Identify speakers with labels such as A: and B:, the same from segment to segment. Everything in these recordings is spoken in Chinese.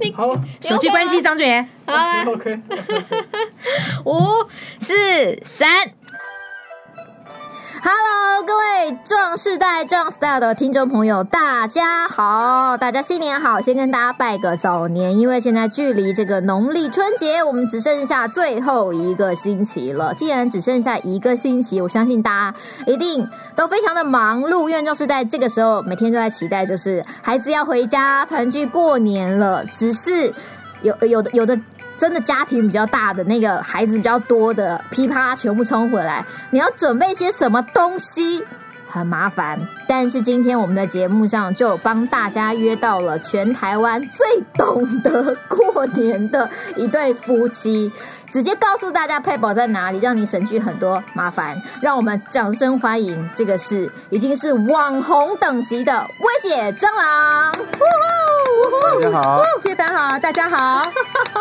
A: 你
B: 好
A: 你
C: 手机
A: OK
C: 关机，
A: 吗
C: 张俊言，
A: 好啊，
B: ，OK，
C: 五四三，
D: Hello，各位壮世代、壮 style 的听众朋友，大家好，大家新年好！先跟大家拜个早年，因为现在距离这个农历春节，我们只剩下最后一个星期了。既然只剩下一个星期，我相信大家一定都非常的忙碌，因为壮世代这个时候每天都在期待，就是孩子要回家团聚过年了。只是有有的有的真的家庭比较大的那个孩子比较多的，噼啪全部冲回来，你要准备些什么东西？很麻烦，但是今天我们的节目上就帮大家约到了全台湾最懂得过年的一对夫妻，直接告诉大家配宝在哪里，让你省去很多麻烦。让我们掌声欢迎，这个是已经是网红等级的薇姐蟑螂。呼呼
E: 大家好，
D: 谢凡好，大家好。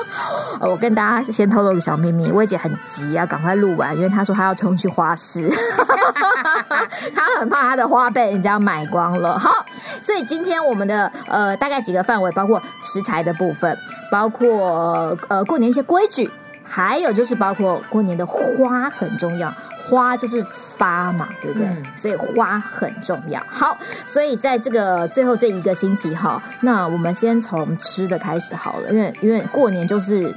D: 呃我跟大家先透露个小秘密，薇姐很急啊，赶快录完，因为她说她要冲去花市， 她很怕她的花被人家买光了。好，所以今天我们的呃大概几个范围，包括食材的部分，包括呃过年一些规矩。还有就是，包括过年的花很重要，花就是发嘛，对不对？
C: 嗯
D: 所以花很重要。好，所以在这个最后这一个星期哈，那我们先从吃的开始好了，因为因为过年就是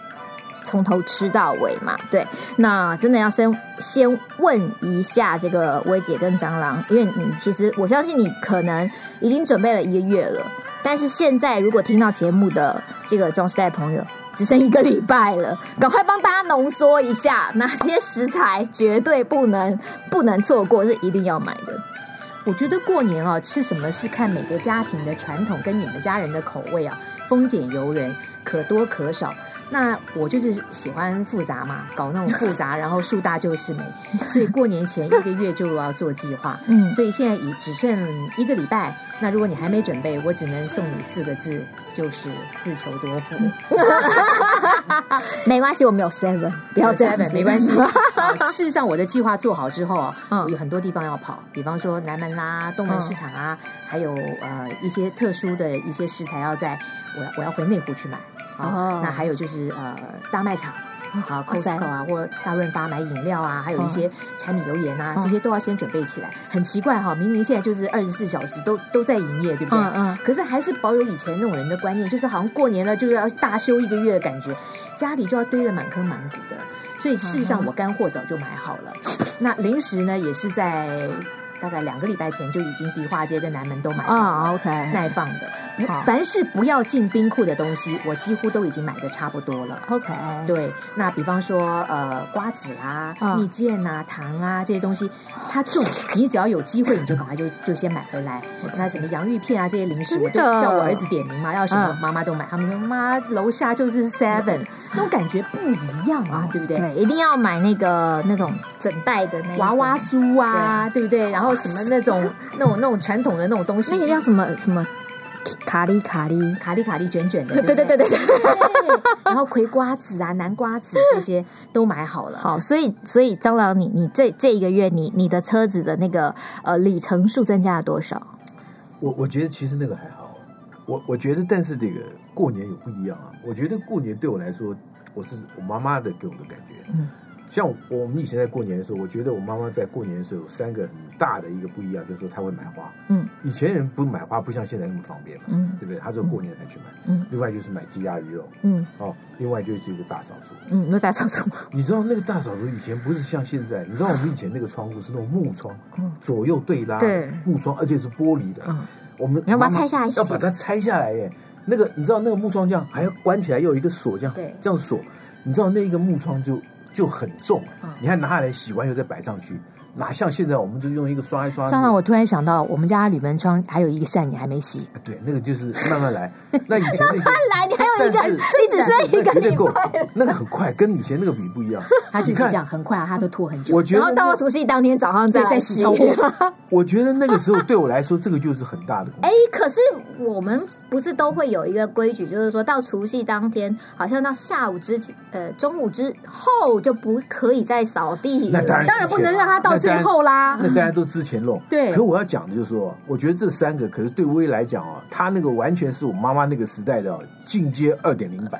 D: 从头吃到尾嘛，对。那真的要先先问一下这个薇姐跟蟑螂，因为你其实我相信你可能已经准备了一个月了，但是现在如果听到节目的这个装饰代朋友。只剩一个礼拜了，赶快帮大家浓缩一下哪些食材绝对不能不能错过，是一定要买的。
C: 我觉得过年啊，吃什么是看每个家庭的传统跟你们家人的口味啊，丰俭由人，可多可少。那我就是喜欢复杂嘛，搞那种复杂，然后树大就 是美。所以过年前一个月就要做计划。
D: 嗯
C: 所以现在已只剩一个礼拜。那如果你还没准备，我只能送你四个字，就是自求多 福。
D: 没关系，我们有 seven，不要这样子
C: seven，没关系。啊事实上，我的计划做好之后啊，
D: 嗯
C: 我有很多地方要跑，比方说南门啦、东门市场啊，
D: 嗯
C: 还有呃一些特殊的一些食材要在我要我要回内湖去买
D: 哦
C: 啊。那还有就是呃大卖场。啊
D: 哇塞嗯
C: ，Costco 啊，或大润发买饮料啊，还有一些柴米油盐啊，这些都要先准备起来。很奇怪哈，明明现在就是二十四小时都都在营业，对不对？
D: 嗯嗯，
C: 可是还是保有以前那种人的观念，就是好像过年了就要大休一个月的感觉，家里就要堆得满坑满谷的。所以事实上，我干货早就买好 了，那零食呢也是在大概两个礼拜前就已经迪化街跟南门都买好了。
D: 啊、o k
C: 耐放的
D: 好，
C: 凡是不要进冰库的东西，我几乎都已经买的差不多了。
D: OK，
C: 对，那比方说呃瓜子啦、
D: 嗯
C: 蜜饯啊、糖啊这些东西，它重，你只要有机会你就赶快就就先买回来。那什么洋芋片啊这些零食，我就
D: 真的
C: 叫我儿子点名嘛，要什么
D: 嗯
C: 妈妈都买。他们说妈楼下就是 Seven，那种感觉不一样啊，对不对？
D: 哦对，一定要买那个那种整袋的那一种
C: 娃娃，酥啊，对不对？然后什么那 种那种那种传统的那种东西，
D: 那个叫什么什么卡里卡里，
C: 卡里卡里 卷卷的，
D: 对
C: 对
D: 对
C: 不
D: 对对对，
C: 然后葵瓜子啊、南瓜子这些都买好 了。
D: 好，所以所以蟑螂你，你这这一个月你你的车子的那个呃里程数增加了多少？
E: 我我觉得其实那个还好，我我觉得但是这个过年有不一样啊，我觉得过年对我来说，我是我妈妈的给我的感觉，
D: 嗯，
E: 像我我们以前在过年的时候，我觉得我妈妈在过年的时候有三个很大的一个不一样，就是说她会买花，
D: 嗯，
E: 以前人不买花不像现在那么方便嘛，
D: 嗯
E: 对不对？她只有过年才去买，
D: 嗯，
E: 另外就是买鸡鸭鱼肉，
D: 嗯
E: 哦，另外就是一个大扫除，
D: 嗯，你打扫什么？
E: 你知道那个大扫除以前不是像现在，你知道我们以前那个窗户是那种木窗，左右对拉，
D: 嗯对嗯
E: 木窗，而且是玻璃的。我们
D: 你要把它
E: 妈妈
D: 拆下来洗
E: 要把它拆下来耶。那个你知道那个木窗这样还要关起来，又有一个锁这样
D: 对，
E: 这样锁，你知道那一个木窗就就很重，
D: 嗯
E: 你还拿下来洗完以后再摆上去，哪像现在我们就用一个刷一刷。
C: 蟑螂，我突然想到，我们家铝门窗还有一个扇你还没洗，
E: 对，那个就是慢慢 来。那以前那些。
D: 来，你还有
E: 但
D: 一个，
E: 是
D: 你只剩一个
E: 那绝对
D: 礼
E: 够
D: 拜，
E: 那个很快，跟以前那个比不一样。
C: 它就
E: 你
C: 是
E: 看
C: 这样，很快啊，它都拖很久。
E: 我觉
D: 然
E: 得
D: 后到
E: 那
D: 了除夕当天早上再
C: 对
D: 来
C: 再
D: 洗
C: 洗超过
E: 我觉得那个时候对我来说，这个就是很大的工作
D: 哎。，可是我们不是都会有一个规矩，就是说到除夕当天，好像到下午之前，呃，中午之后就不可以再扫地了。
E: 那当然
C: 当然不能让它到最后
D: 啊
C: 啦。
E: 那大家都吃前弄。
C: 对
E: 可我要讲的就是说，我觉得这三个，可是对薇来讲啊，她那个完全是我妈妈那个时代的哦进阶二点 零版，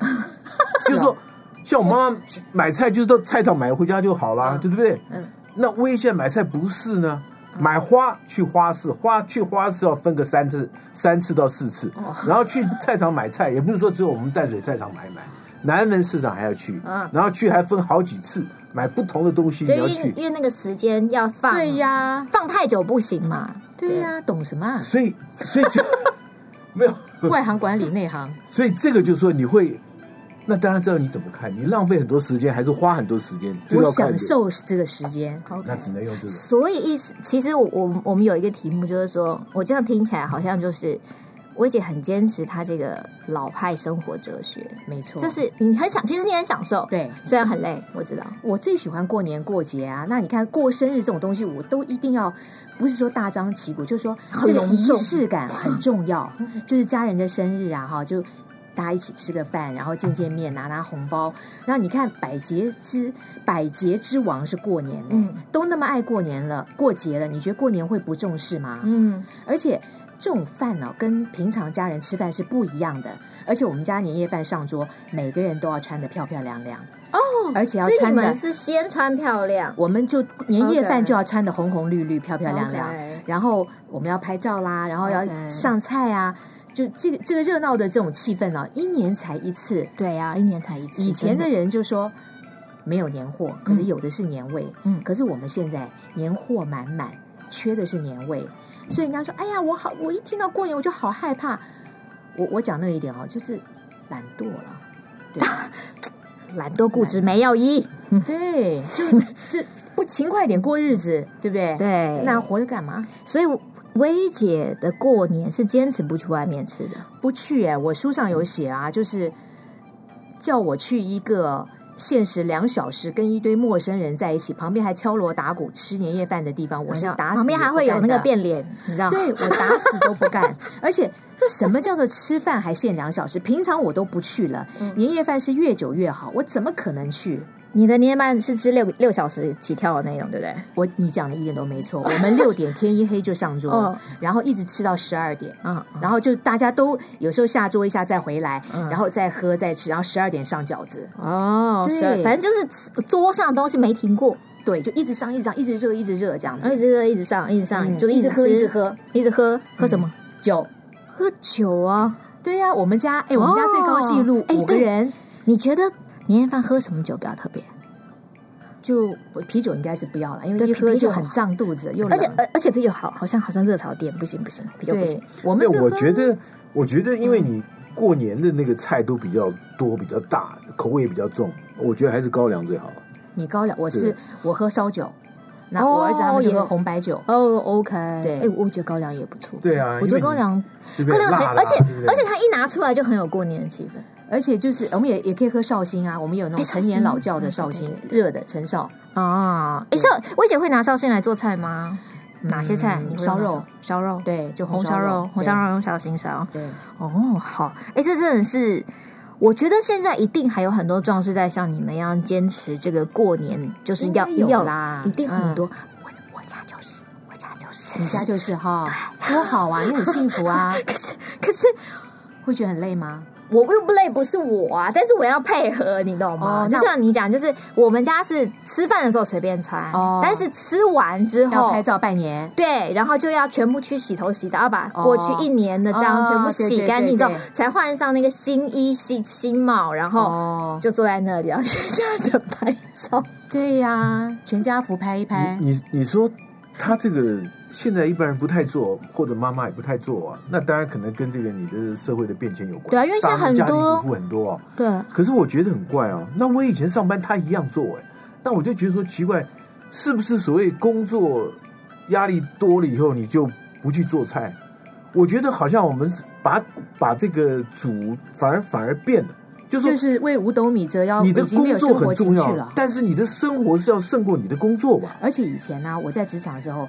E: 就是
D: 啊
E: 说，像我妈妈买菜就是到菜场买回家就好啦，对不对？
D: 嗯。
E: 那薇现在买菜不是呢？买花去花市，花去花市要分个三次，三次到四次，
D: 哦
E: 然后去菜场买菜，也不是说只有我们淡水菜场买买，南门市场还要去，
D: 嗯
E: 然后去还分好几次，买不同的东西你
D: 对，因
E: 要
D: 为
E: 去，
D: 因为那个时间要放，
C: 对呀，
D: 放太久不行嘛。
C: 对呀，懂什么啊？
E: 所以所以就 没有，
C: 外行管理内行，
E: 所以这个就是说你会，那当然知道你怎么看，你浪费很多时间还是花很多时间，这
C: 我
E: 个要看
C: 享
E: 你，
C: 受这个时间。
E: 那只能用这种。
D: 所以意思，其实我我我们有一个题目，就是说我这样听起来好像就是薇姐很坚持她这个老派生活哲学，
C: 没错，
D: 就是你很享，其实你很享受，，
C: 对。
D: 虽然很累，我知道，
C: 我最喜欢过年过节啊，那你看过生日这种东西，我都一定要，不是说大张旗鼓，就是说
D: 很
C: 这个
D: 隆
C: 仪
D: 重
C: 式 感很重要。就是家人的生日啊，哈，就大家一起吃个饭，然后见见面，拿拿红包。然后你看百节之百节之王是过年、
D: 嗯
C: 都那么爱过年了，过节了，你觉得过年会不重视吗？
D: 嗯，
C: 而且这种饭呢、跟平常家人吃饭是不一样的。而且我们家年夜饭上桌，每个人都要穿的漂漂亮亮哦，而且要
D: 所以你
C: 穿的
D: 们，是先穿漂亮，
C: 我们就年夜饭
D: OK
C: 就要穿的红红绿绿、漂漂亮亮。
D: OK
C: 然后我们要拍照啦，然后要
D: OK
C: 上菜啊就这个这个热闹的这种气氛啊，一年才一次。
D: 对呀、一年才一次，
C: 以前的
D: 真
C: 人就说没有年货，可是有的是年味。
D: 嗯
C: 可是我们现在年货满满，缺的是年味。所以人家说：“哎呀，我好，我一听到过年我就好害怕。我”我讲那个一点哦，就是懒惰了。对
D: 懒惰固执没有一，
C: 对，就这不勤快点过日子，对不对？，
D: 对，
C: 那活着干嘛？
D: 所以薇姐的过年是坚持不去外面吃的，
C: 不去哎、我书上有写啊，就是叫我去一个限时两小时，跟一堆陌生人在一起，旁边还敲锣打鼓吃年夜饭的地方，我是打
D: 哎
C: 死
D: 旁边还会有那个
C: 变，
D: 变脸，你知道？
C: 对我打死都不 干。而且什么叫做吃饭还限两小时？平常我都不去了，
D: 嗯
C: 年夜饭是越久越好，我怎么可能去？
D: 你的年夜饭是吃六六小时起跳的那种，对不对？
C: 我你讲的一点都没错，我们六点天一黑就上桌，
D: 哦
C: 然后一直吃到十二点。
D: 嗯，
C: 然后就大家都有时候下桌一下再回来，
D: 嗯
C: 然后再喝再吃，然后十二点上饺子，
D: 哦，
C: 对
D: 是啊，反正就是吃桌上的东西没停过，
C: 对，就一直上一直上一直热一直热这样
D: 然后
C: 子，
D: 一直喝一直上一直上，
C: 嗯
D: 就是
C: 一直喝
D: 吃
C: 一直喝
D: 一直喝，嗯喝什么？
C: 酒。
D: 喝酒啊！
C: 对呀、我们家哎，我们家最高纪录
D: 哎
C: 五个
D: 对
C: 人，
D: 你觉得年夜饭喝什么酒比较特别？
C: 就啤酒应该是不要了，因为
D: 对
C: 一喝
D: 啤酒
C: 就很胀肚子，又
D: 而且呃
C: 冷
D: 而而且啤酒好好像好像热炒店不行不行，啤酒不行
C: 对。，我们
E: 没
C: 是
E: 有，
C: 喝
E: 哎我觉得，我觉得，因为你过年的那个菜都比较多、比较大，口味也比较重，我觉得还是高粱最好。
C: 你高粱，我是
E: 对
C: 我喝烧酒，那
D: 哦
C: 我儿子他们就
D: 也
C: 喝红白酒，
D: 哦，OK，
C: 对
D: 哎，我觉得高粱也不错。
E: 对啊
D: 我觉得
E: 因为你
D: 高粱
E: 对不
D: 高
E: 对？
D: 粱很，
E: 辣的啊
D: 而且
E: 对不对
D: 而且它一拿出来就很有过年的气氛。
C: 而且就是我们也也可以喝绍兴啊，我们有那种
D: 哎绍
C: 陈年
D: 兴
C: 老窖的
D: 嗯
C: 绍
D: 对对
C: 兴
D: 对，
C: 热的陈绍，
D: 哦，哎，绍薇姐会拿绍兴来做菜吗？哪些菜？
C: 嗯
D: 你会
C: 烧
D: 拿
C: 肉，
D: 烧肉，，
C: 对，就
D: 红烧
C: 烧
D: 肉，红烧
C: 对
D: 肉用绍兴烧。
C: 对。
D: 哦，好，哎，这真的是，我觉得现在一定还有很多壮士在像你们一样坚持这个过年，就是要
C: 应该有
D: 要
C: 啦
D: 一定很
C: 嗯
D: 多。我我家就是，我家就是，
C: 你家就是哈，多好啊，你很幸福啊，
D: 可是可是
C: 会觉得很累吗？
D: 我又不累，不是我啊，但是我要配合，你懂吗？
C: 哦
D: 就
C: 那
D: 像你讲，就是我们家是吃饭的时候随便穿，
C: 哦
D: 但是吃完
E: 哦
D: 之
C: 要
D: 后
C: 拍照拜年，
D: 对，然后就要全部去洗头洗澡，要把过去一年的脏
C: 哦
D: 全部洗干净之后，
C: 对对对
D: 才换上那个新衣、新新帽，然后
C: 哦，
D: 就坐在那里，然后全家的拍照。
C: 对呀、全家福拍一拍，
E: 你你你说他这个现在一般人不太做，或者妈妈也不太做啊，那当然可能跟这个你的社会的变迁有关。
D: 对啊因为现在
E: 大陆家庭
D: 很多
E: 主妇很多啊，
D: 对，
E: 可是我觉得很怪啊，那我以前上班他一样做哎、那我就觉得说奇怪，是不是所谓工作压力多了以后你就不去做菜？我觉得好像我们是把把这个主反而反而变了，就是
C: 就
E: 说
C: 是为五斗米折腰，
E: 你的
C: 已经没
E: 工
C: 有
E: 作
C: 生活
E: 很重
C: 情趣
E: 要
C: 了，。
E: 但是你的生活是要胜过你的工作吧？
C: 而且以前呢、我在职场的时候，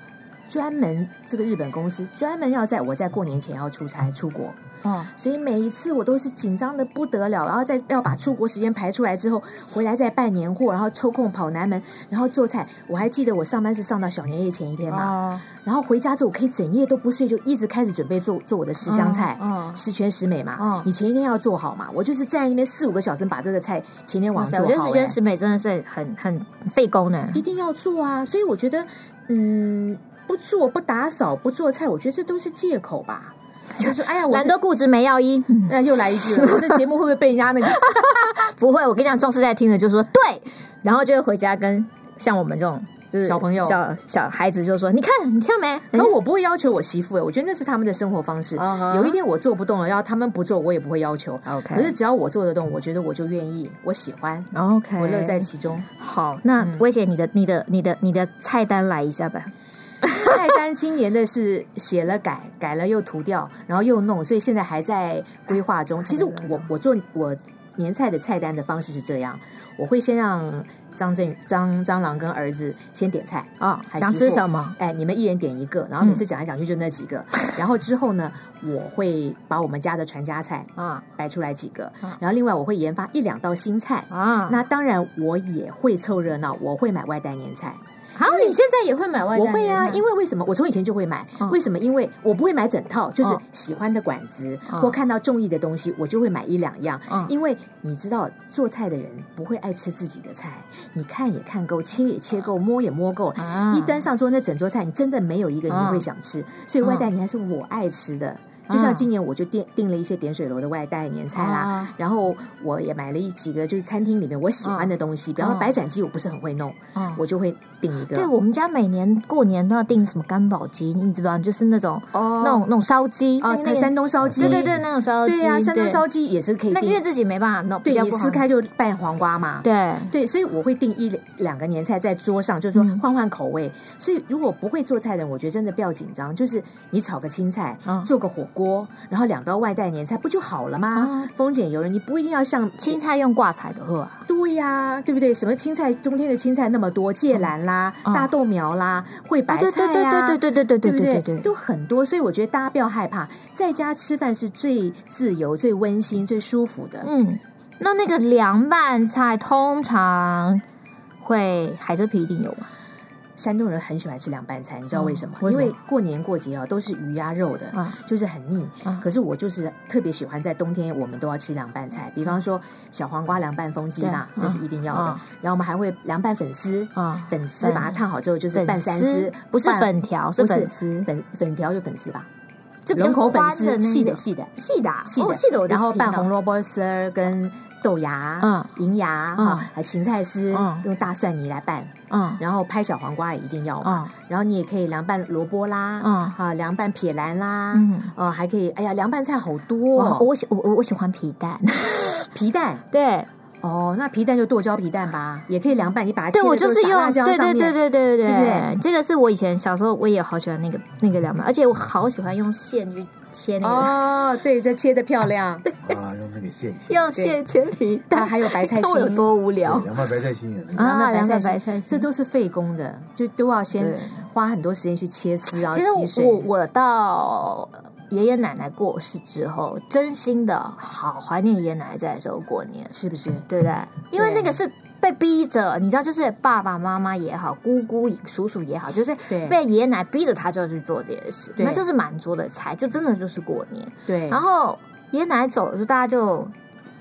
C: 专门这个日本公司专门要在我在过年前要出差出国，
D: 哦，
C: 所以每一次我都是紧张的不得了，然后再要把出国时间排出来之后，回来再办年货，然后抽空跑南门，然后做菜。我还记得我上班是上到小年夜前一天嘛，
D: 哦，
C: 然后回家之后我可以整夜都不睡，就一直开始准备做做我的十香菜。
D: 嗯，
C: 十全十美嘛，
D: 嗯
C: 你前一天要做好嘛。我就是在那边四五个小时把这个菜前天晚
D: 哇
C: 上
D: 塞，
C: 做
D: 我
C: 好、
D: 觉得十全
C: 哎
D: 十美真的是很很费工呢。
C: 一定要做啊。所以我觉得，嗯，不做、不打扫、不做菜，我觉得这都是借口 吧。就是哎呀，我
D: 懒
C: 是
D: 惰固执没药 医，嗯
C: 呃又来一 句了，我这节目会不会被人家 那个？
D: 不会。我跟你讲，壮士在听的就说对，然后就会回家跟像我们这种就是
C: 小朋友
D: 小小孩子就说，你看你看没？
C: 可我不会要求我媳妇哎、我觉得那是他们的生活方式。
D: 嗯哼
C: 有一天我做不动了，要他们不做，我也不会要求。
D: OK
C: 可是只要我做得动，我觉得我就愿意，我喜欢，
D: OK，
C: 我乐在其中。
D: 好。那薇姐，你的你的你的你的菜单来一下吧。
C: 菜单今年的是写了改， 改了又涂掉，然后又弄，所以现在还在规划中。其实我我做我年菜的菜单的方式是这样，我会先让张振张蟑螂跟儿子先点菜。
D: 哦，
C: 还
D: 想
C: 媳
D: 吃
C: 妇
D: 什么？
C: 哎，你们一人点一个，然后每次讲来讲去就那几个，然后之后呢，我会把我们家的传家菜
D: 啊
C: 摆出来几个
D: 啊，
C: 然后另外我会研发一两道新菜。
D: 啊！
C: 那当然，我也会凑热闹，我会买外带年菜。
D: 好，你现在也会买外带
C: 我
D: 面吗？
C: 会啊，因
D: 为
C: 为为什么？我从以前就会买，
D: 嗯
C: 为什么？因为我不会买整套，就是
D: 嗯
C: 喜欢的馆子、
D: 嗯
C: 或看到中意的东西，我就会买一两样。
D: 嗯
C: 因为你知道，做菜的人不会爱吃自己的菜，你看也看够，切也切
D: 嗯
C: 够，摸也摸够。
D: 啊
C: 一端上桌那整桌菜，你真的没有一个你会想
D: 嗯
C: 吃，所以外带年还是我爱吃的。就像今年我就订订了一些点水楼的外带年菜啦，
D: 啊
C: 然后我也买了一几个就是餐厅里面我喜欢的东西，比方说白斩鸡我不是很会弄，
D: 嗯
C: 我就会订一个。
D: 对我们家每年过年都要订什么干宝鸡，你知不知道？就是那种、
C: 哦
D: 那种那种烧鸡
C: 啊，
D: 那个
C: 那山东烧鸡，嗯
D: 对对对，那种烧鸡，
C: 对呀，山东
D: 对
C: 烧鸡也是可以
D: 那因为
C: 订，
D: 自己没办法弄，比
C: 对
D: 较
C: 你
D: 不好
C: 撕开就拌黄瓜嘛。
D: 对
C: 对，所以我会订一两两个年菜在桌上，就是说
D: 嗯
C: 换换口味。所以如果不会做菜的人，我觉得真的不要紧张，就是你炒个青菜，
D: 嗯
C: 做个火锅，然后两道外带年菜不就好了吗
D: 啊？
C: 丰俭由人，你不一定要像
D: 青菜用挂彩的喝啊，
C: 对呀、对不对？什么青菜，冬天的青菜那么多，芥兰啦、
D: 嗯
C: 大豆苗啦、烩白
D: 对
C: 菜
D: 对
C: 呀、
D: 对对对对
C: 啊对
D: 对
C: 不
D: 对对对
C: 都很多，所以我觉得大家不要害怕，在家吃饭是最自由、最温馨、最舒服的。
D: 嗯，那那个凉拌菜通常会海蜇皮一定有嘛？
C: 山东人很喜欢吃凉拌菜，你知道为什么？
D: 嗯为
C: 因
D: 什么
C: 为过年过节啊，都是鱼鸭肉的，
D: 啊
C: 就是很腻。
D: 啊
C: 可是我就是特别喜欢在冬天，我们都要吃凉拌菜，比方说小黄瓜凉拌风鸡嘛，
D: 嗯对
C: 这是一定要的。
D: 啊
C: 然后我们还会凉拌粉丝，
D: 啊，
C: 粉丝把它烫好之后就是拌三丝，
D: 不是
C: 拌
D: 粉条，是
C: 不是
D: 粉丝，
C: 粉粉条就粉丝吧，
D: 就比较
C: 龙口粉
D: 宽的
C: 丝，
D: 那
C: 细的
D: 种
C: 细的。
D: 细的啊
C: 细的，
D: 哦细的我都
C: 然后
D: 听
C: 拌
D: 到
C: 红萝卜丝儿跟豆芽、
D: 嗯
C: 银芽啊，还有芹菜丝
D: 嗯，
C: 用大蒜泥来拌，
D: 嗯
C: 然后拍小黄瓜也一定要嘛，
D: 嗯
C: 然后你也可以凉拌萝卜啦，
D: 嗯
C: 啊，凉拌撇兰啦，
D: 嗯
C: 哦，还可以，哎呀，凉拌菜好
D: 我
C: 多
D: 好
C: 哦，
D: 我喜我我我喜欢皮蛋，
C: 皮蛋
D: 对
C: 哦，那皮蛋就剁椒皮蛋吧，也可以凉拌，你把它
D: 对，
C: 切
D: 我
C: 了之
D: 就
C: 后
D: 是
C: 撒
D: 用
C: 辣
D: 对
C: 椒
D: 对
C: 上
D: 对
C: 面，
D: 对对对
C: 对不对
D: 这个是我以前小时候我也好喜欢那个那个凉拌，而且我好喜欢用线去切那个，
C: 哦，对，这切的漂亮，
E: 啊，用那个现切，
D: 用线切皮
C: 啊，
D: 蛋，
C: 还有白 菜
D: 看我有
C: 心。
D: 多无聊
E: 对，凉拌白菜心也那个。
D: 啊
C: 凉拌
D: 凉拌
C: 白
D: 白菜
C: 菜
D: 心
C: 心，这都是费工的，就都要先
D: 对
C: 花很多时间去切丝啊，
D: 其
C: 挤
D: 实
C: 水
D: 我我到爷爷奶奶过世之后，真心的好怀念爷爷奶奶在的时候过年，
C: 是不是？
D: 对不对？因为
C: 对
D: 那个是被逼着，你知道，就是爸爸妈妈也好，姑姑叔叔也好，就是
C: 对
D: 被爷爷奶奶逼着他就要去做这些事，
C: 对
D: 那就是满桌的菜，就真的就是过年。
C: 对，
D: 然后爷爷奶奶走了，就大家就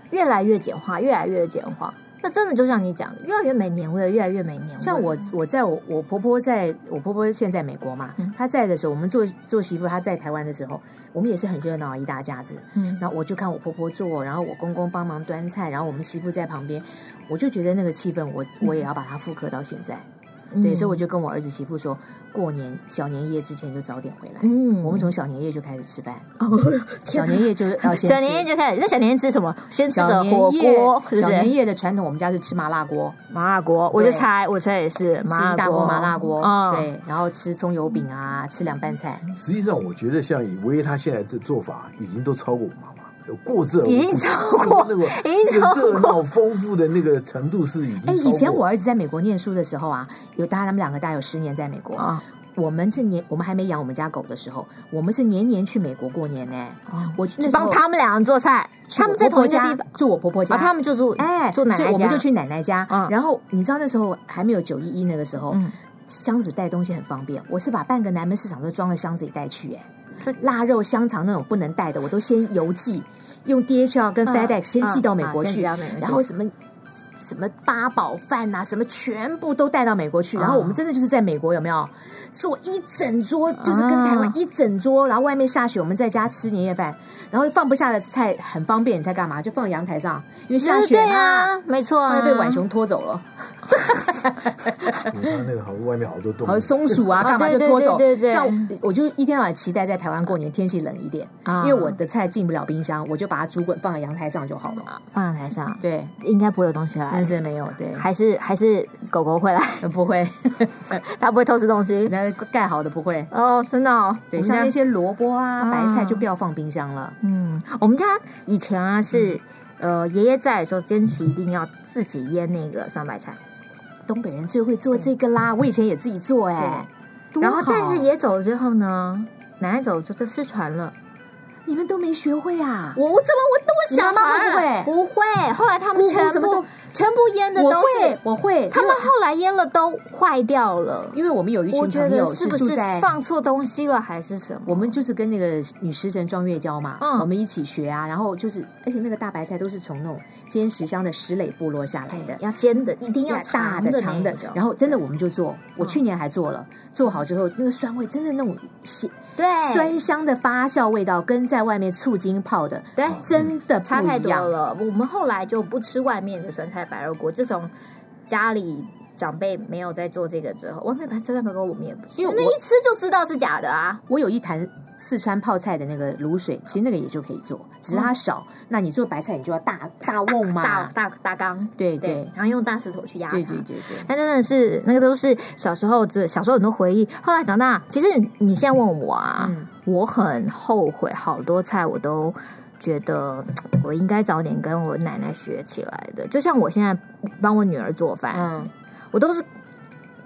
D: 越来越简化，越来越简化。那真的就像你讲的，越来越没年味了，越来越没年味了。
C: 像我，我在我我婆婆在我婆婆现在美国嘛
D: 嗯，
C: 她在的时候，我们做做媳妇，她在台湾的时候，我们也是很热闹一大家子。
D: 嗯，
C: 然后我就看我婆婆做，然后我公公帮忙端菜，然后我们媳妇在旁边，我就觉得那个气氛我，
D: 嗯
C: 我也要把它复刻到现在。对，所以我就跟我儿子媳妇说，过年小年夜之前就早点回来。
D: 嗯，
C: 我们从小年夜就开始吃饭，
D: 哦
C: 小年夜就要先
D: 小年夜
C: 吃。
D: 就开始，那小年夜吃什么？先吃
C: 小
D: 个
C: 年
D: 火
C: 夜
D: 锅，是
C: 小
D: 不
C: 年
D: 是？
C: 夜的传统，我们家是吃麻辣锅，
D: 麻辣锅，我就猜，我猜也是
C: 吃
D: 麻
C: 一
D: 辣
C: 大锅
D: 锅，
C: 麻辣锅，
D: 嗯，
C: 对，然后吃葱油饼啊，吃凉拌菜。
E: 实际上，我觉得像以薇她现在这做法，已经都超过我妈妈，有过之而无不及
D: 已经超过
E: 那个
D: 已经超过
E: 热闹丰富的那个程度是已经
C: 哎，
E: 超过。
C: 以前我儿子在美国念书的时候啊，有大他们两个大概有十年在美国，
D: 啊，
C: 我们是年我们还没养我们家狗的时候，我们是年年去美国过年呢、我
D: 去
C: 那时候
D: 帮他们两人做菜，
C: 去
D: 他们在
C: 我婆
D: 同
C: 婆
D: 一个
C: 家
D: 地方，
C: 住我婆婆家，
D: 啊，他们就住
C: 哎，
D: 住奶
C: 所以
D: 奶
C: 我们就
D: 家，
C: 去奶奶家。
D: 嗯
C: 然后你知道那时候还没有九一一那个时候，
D: 嗯，
C: 箱子带东西很方便，我是把半个南门市场都装在箱子里带去、
D: 这
C: 哎，腊肉、香肠那种不能带的，我都先邮寄，用 DHL 跟 FedEx、先寄到美国去，
D: 嗯啊先寄到美国去
C: 然后什么。什么八宝饭呐、什么全部都带到美国
D: 嗯
C: 去，然后我们真的就是在美国有没有做一整桌，就是跟台湾
D: 啊
C: 一整桌，然后外面下雪，我们在家吃年夜饭，然后放不下的菜很方便，你猜干嘛？就放阳台上，因为下
D: 就是
C: 雪
D: 对
C: 嘛。
D: 啊，没错
C: 后
D: 啊，
C: 来被浣熊拖走了，
E: 你看那个好，外面好多动
C: 和
E: 物，
C: 松鼠 啊，
D: 啊
C: 干嘛就
D: 对对
C: 拖走。
D: 对对对
C: 像我我就一天到晚期待在台湾过年天气冷一点，
D: 啊
C: 因为我的菜进不了冰箱，我就把它煮滚放在阳台上就好了。
D: 放在台上，
C: 对，
D: 应该不会有东西来
C: 但，是没有， 对，
D: 还是还是狗狗会来，
C: 呃不会，
D: 它不会偷吃东西。
C: 那盖好的不会。
D: 哦，真的哦，
C: 嗯对，
D: 我们
C: 像
D: 家
C: 那些萝卜啊、
D: 啊
C: 白菜就不要放冰箱了。
D: 嗯，我们家以前啊是，呃，爷爷在的时候坚持一定要自己腌那个上白菜，
C: 东北人最会做这个
D: 嗯
C: 啦，我以前也自己做哎。多
D: 然后
C: 好
D: 但是爷走了之后呢，奶奶走了之后就失传了。
C: 你们都没学会啊！
D: 我我怎么我我小
C: 你妈妈
D: 孩儿
C: 会
D: 不会，后来他们
C: 咕咕
D: 全
C: 什么
D: 部
C: 都
D: 全部腌的
C: 我
D: 东
C: 会
D: 西，，
C: 我会，
D: 他们后来腌了都坏掉了。
C: 因为我们有一
D: 我
C: 群
D: 觉
C: 朋
D: 得
C: 友
D: 是不
C: 住
D: 是
C: 在
D: 放错东西了还是什么？
C: 我们就是跟那个女食神庄月娇嘛，
D: 嗯
C: 我们一起学啊，然后就是，而且那个大白菜都是从那种尖石乡的石垒部落下来的，
D: 要煎的，一嗯定要
C: 大的长的，然
D: 后
C: 后真的我们就做，我去年还做了，做好之后那个酸味真的那种咸
D: 对
C: 酸香的发酵味道，跟在外面醋精泡的
D: 对
C: 真的
D: 差
C: 不
D: 太
C: 一
D: 多
C: 样。
D: 了。我们后来就不吃外面的酸菜白肉锅，自从家里长辈没有在做这个之后，外面白酸菜白锅我们也不吃，
C: 因为我
D: 那一吃就知道是假的啊。
C: 我有一坛四川泡菜的那个卤水，其实那个也就可以做，只是它少。那你做白菜，你就要大大
D: 嗯
C: 瓮
D: 大
C: 嘛，
D: 大大缸，
C: 对
D: 对
C: 对，
D: 然后用大石头去压它。
C: 对对对对。
D: 那真的是那个都是小时候，只小时候很多回忆。后来长大，其实你你现在问我啊，
C: 嗯
D: 我很后悔，好多菜我都觉得我应该早点跟我奶奶学起来的。就像我现在帮我女儿做饭，
C: 嗯，
D: 我都是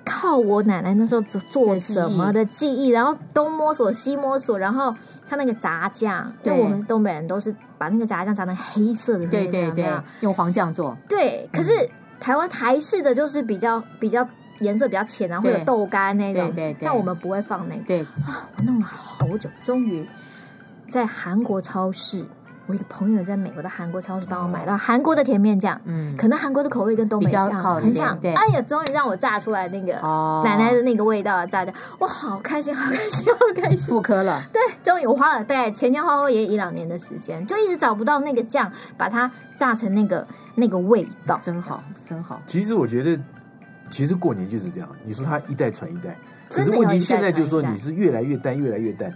D: 靠我奶奶那时候做做
C: 的记忆
D: 什么的记忆，然后东摸索西摸索，然后她那个炸酱，因为
C: 对
D: 我们东北人都是把那个炸酱炸成黑色的嗯那个，
C: 对对
D: 有没有
C: 对，用黄酱做，
D: 对，可
C: 嗯
D: 是台湾台式的就是比较比较颜色比较浅，然后会有
C: 对
D: 豆干那种，
C: 对对对
D: 但我们不会放那个。
C: 对，
D: 啊我弄了好久，终于在韩国超市，我一个朋友在美国的韩国超市帮我买到韩国的甜面酱，
C: 哦嗯，
D: 可能韩国的口味跟东北
C: 比较
D: 像，
C: 靠
D: 很
C: 一点
D: 像。
C: 对
D: 哎呀，终于让我炸出来那个
C: 哦
D: 奶奶的那个味道，炸酱，我好开心，好开心，好开心。
C: 妇科了，
D: 对，终于我花了大概前前后后也一两年的时间，就一直找不到那个酱，把它炸成那个那个味道。
C: 真好，真好。
E: 其实我觉得，其实过年就是这样。你说它一代传一代，可是
D: 真的有
E: 问题
D: 一代
E: 现在就是说
D: 传一代
E: 你是越来越淡，越来越淡，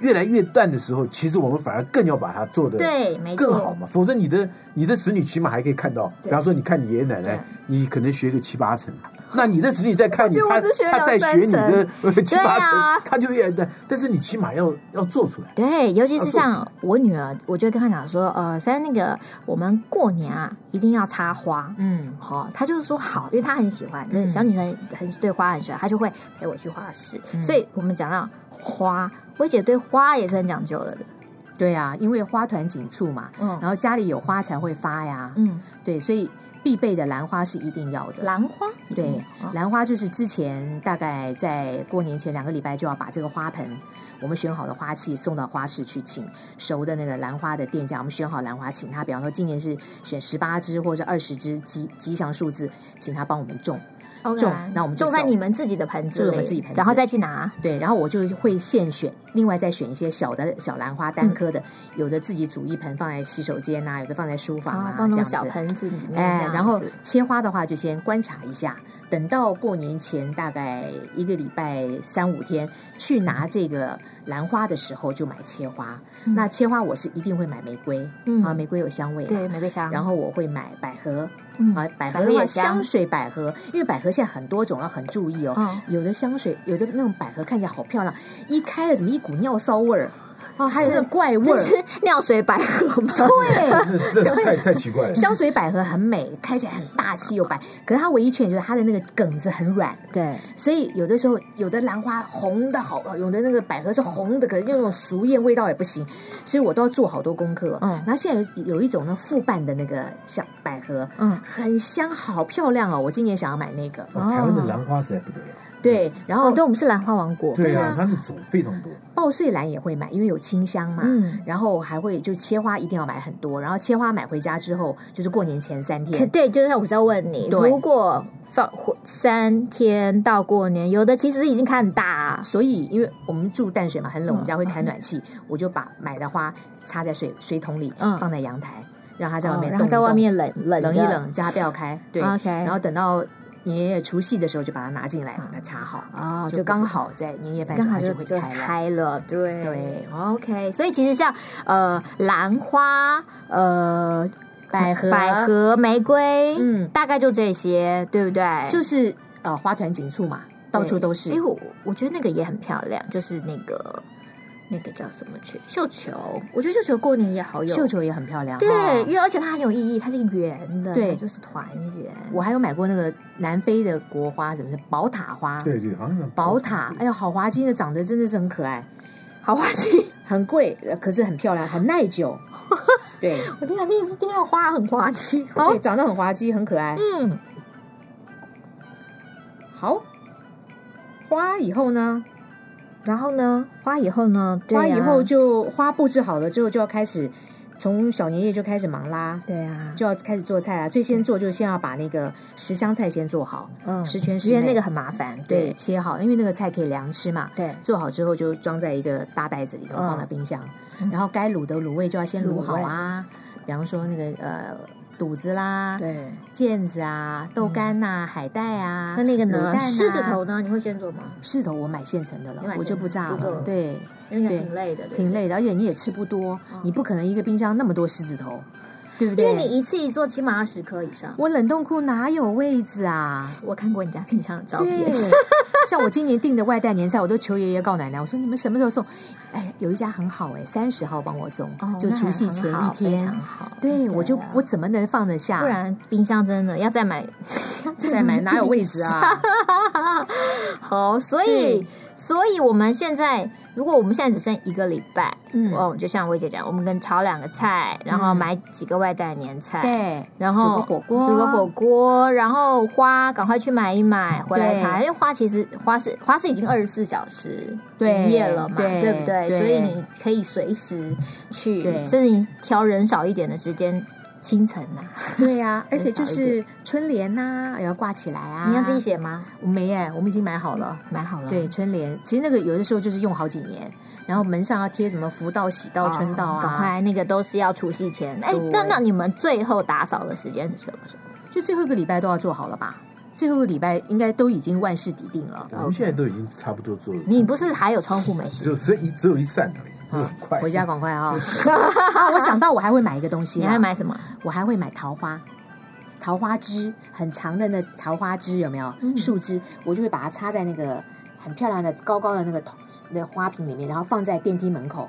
E: 越来越淡的时候，其实我们反而更要把它做的
D: 对，没错，
E: 更好嘛，否则你的你的子女起码还可以看到，比
D: 对
E: 方说你看你爷爷奶奶，你可能学个七八成，那你的子女在看你，
D: 我觉得
E: 他
D: 我只学
E: 他在
D: 两三
E: 学你的呃 七八
D: 对啊
E: 成，他就越淡，但是你起码要要做出来。
D: 啊对，尤其是
E: 要做
D: 像我女儿，我就会跟她讲说，呃，三那个我们过年啊，一定要插花。
C: 嗯，
D: 好、她就是说好，因为她很喜欢，
C: 嗯
D: 小女生很对花很喜欢，她就会陪我去花市。所以我们讲到花，薇姐对花也是很讲究的。
C: 对啊，因为花团锦簇嘛，
D: 嗯
C: 然后家里有花才会发呀，
D: 嗯，
C: 对，所以必备的兰花是一定要的。
D: 兰花
C: 对，
D: 嗯啊
C: 兰花就是之前大概在过年前两个礼拜就要把这个花盆，我们选好的花器送到花市去请熟的那个兰花的店家，我们选好兰花，请他，比方说今年是选十八支或者二十支吉吉祥数字，请他帮我们种。
D: 种
C: 种那我们就
D: 种在
C: 走
D: 你们自己的盆子啊
C: 就
D: 里，
C: 我们自己盆子
D: 然后再去拿。
C: 对，然后我就会现选，另外再选一些小的小兰花
D: 嗯
C: 单颗的，有的自己煮一盆放在洗手间呐、有的放在书房
D: 啊
C: 啊，，
D: 放那
C: 这
D: 种小
C: 样子。
D: 盆子里面这样
C: 哎
D: 子，，
C: 然后切花的话就先观察一下，等到过年前大概一个礼拜三五天去拿这个兰花的时候就买切花。
D: 嗯
C: 那切花我是一定会买玫瑰，
D: 嗯
C: 啊，玫瑰有香味嘛，
D: 对玫瑰香，
C: 然后我会买百合，
D: 嗯
C: 啊，
D: 百
C: 百合
D: 合
C: 的
D: 也
C: 话，
D: 香
C: 香水百合，因为百合现在很多种，要很注意哦。
D: 嗯
C: 有的香水，有的那种百合看起来好漂亮，一开了怎么一股尿骚味儿？哦，还有那个怪味
D: 这
C: 儿。
D: 是 尿水百合吗？
C: 对，
E: 这
D: 啊
E: 这太太奇怪了。
C: 香水百合很美，开起来很大气又白，可是它唯一缺点就是它的那个梗子很软，
D: 对，
C: 所以有的时候有的兰花红的好，有的那个百合是红的，可是那种俗艳味道也不行，所以我都要做好多功课。
D: 嗯
C: 然后现在有有一种呢复瓣的那个小百合，
D: 嗯，
C: 很香，好漂亮哦！我今年想要买那个，
E: 哦台湾的兰花实在不得了。
C: 对，然后
D: 哦，对，我们是兰花王国。
E: 对
C: 对啊
E: 啊，它的种非常多。
D: 啊
C: 报穗兰也会买，因为有清香嘛。
D: 嗯，
C: 然后还会就切花一定要买很多，然后切花买回家之后，就是过年前三
D: 可
C: 天，
D: 对，就是我是要问你，
C: 嗯对
D: 如果放三天到过年，有的其实已经开很大、啊，
C: 所以，因为我们住淡水嘛，很冷，
D: 嗯
C: 我们家会开暖气，我就把买的花插在水水桶里，
D: 嗯
C: 放在阳台，让它在外面
D: 哦然
C: 冻一冻，
D: 后在外面冷冷
C: 冷一
D: 着
C: 冷，叫它不要开。对
D: OK
C: 然后等到年夜除夕的时候，就把它拿进来，把它插好，
D: 哦，
C: 啊就刚好在年夜饭
D: 刚
C: 上
D: 好
C: 它
D: 就
C: 会
D: 就
C: 开了。
D: 开了，对
C: 对
D: ，OK。所以其实像呃兰花、呃
C: 百合
D: 百合、玫瑰，
C: 嗯
D: 大概就这些，对不对？
C: 就是呃，花团锦簇嘛，到处都是
D: 哎，。我我觉得那个也很漂亮，就是那个那个叫什么去绣球，我觉得绣球啊过年也好有
C: 绣球也很漂亮。
D: 对，
C: 哦
D: 因为而且它很有意义，它是圆的，
C: 对
D: 它就是团圆。
C: 我还有买过那个南非的国花，什么是宝塔花？
E: 对对，好像叫
C: 宝
D: 哦
C: 塔，哎呀，好滑稽的，长得真的是很可爱。
D: 好花心，
C: 很贵，呃可是很漂亮，很耐久。对，
D: 我听到第一次听到花很滑稽。好
C: 对，，长得很滑稽，很可爱。
D: 嗯，
C: 好，花以后呢？
D: 然后呢，花以后呢，对啊
C: 花以
D: 呀
C: 后就花布置好了之后，就要开始从小年夜就开始忙啦，
D: 对啊，
C: 就要开始做菜啦。最先做就是先要把那个十香菜先做好，
D: 嗯，
C: 十全十
D: 因为
C: 美
D: 那个很麻烦，
C: 对，切好，因为那个菜可以凉吃嘛。
D: 对，
C: 做好之后就装在一个大袋子里头，
D: 嗯
C: 放到冰箱。
D: 嗯
C: 然后该卤的卤味就要先卤
D: 卤
C: 好
D: 味
C: 啊，比方说那个呃肚子啦，
D: 对。嗯
C: 腱子啊、豆干呐、海带啊，
D: 那那个
C: 卤
D: 呢
C: 蛋？啊
D: 狮子头，呢？你会先做吗？
C: 狮子头我买现成的了
D: 你买，
C: 我就不炸
D: 现成的
C: 了。对，
D: 那个
C: 对
D: 挺累的，对不对
C: 挺。累的，而且你也吃不多
D: 嗯，
C: 你不可能一个冰箱那么多狮子头，对不
D: 因
C: 对？
D: 为你一次一做起码二十颗以上。
C: 我冷冻库哪有位置啊？
D: 我看过你家冰箱的照
C: 对
D: 片，，
C: 像我今年订的外带年菜，我都求爷爷告奶奶，我说你们什么时候送？哎，有一家很好哎，三十号帮我送
D: 哦，
C: 就除夕前一
D: 那还很
C: 天。
D: 好，非常好
C: 对，我就
D: 啊
C: 我怎么能放得下？
D: 不然冰箱真的要再买，
C: 再买哪有位置啊？
D: 好，所以
C: 对
D: 所以我们现在，如果我们现在只剩一个礼拜，
C: 嗯
D: 哦，就像薇姐讲，我们跟炒两个菜，然后
C: 嗯
D: 买几个外带年菜，，
C: 对，
D: 然后
C: 煮个火锅
D: 煮个火锅，然后花赶快去买一买回来
C: 对
D: 查，因为花其实花市花市已经二十四小时
C: 对
D: 营业了嘛，
C: 对
D: 不对？
C: 对
D: 所以你可以随时去，
C: 对
D: 甚至你挑人少一点的时间清晨啊呐、
C: 对 呀、而且
D: 少
C: 就
D: 一
C: 是春联呐、也要挂起来啊。
D: 你要自嗯己？写吗？
C: 我没耶，我们已经买好了。
D: 买好了，
C: 对，春联，其实那个有的时候就是用好几年，然后门上要贴什么福到、喜到、春到
D: 哦赶
C: 啊。
D: 快那个都是要除夕前。哎
C: 对，
D: 那那你们最后打扫的时间是什么时候？
C: 就最后一个礼拜都要做好了吧？最后一个礼拜应该都已经万事抵定了。
E: 我们现在都已经差不多做了，
D: 哎你不是还有窗户没洗
C: 嗯
E: 只？有只有一只有一扇而已，那很快
C: 回家赶快啊、啊！ 我想到我还会买一个东西，啊
D: 你还？买什么？
C: 我还会买桃花，桃花枝很长的那桃花枝有没有？
D: 嗯
C: 树枝，我就会把它插在那个很漂亮的高高的那个头那个花瓶里面，然后放在电梯门口。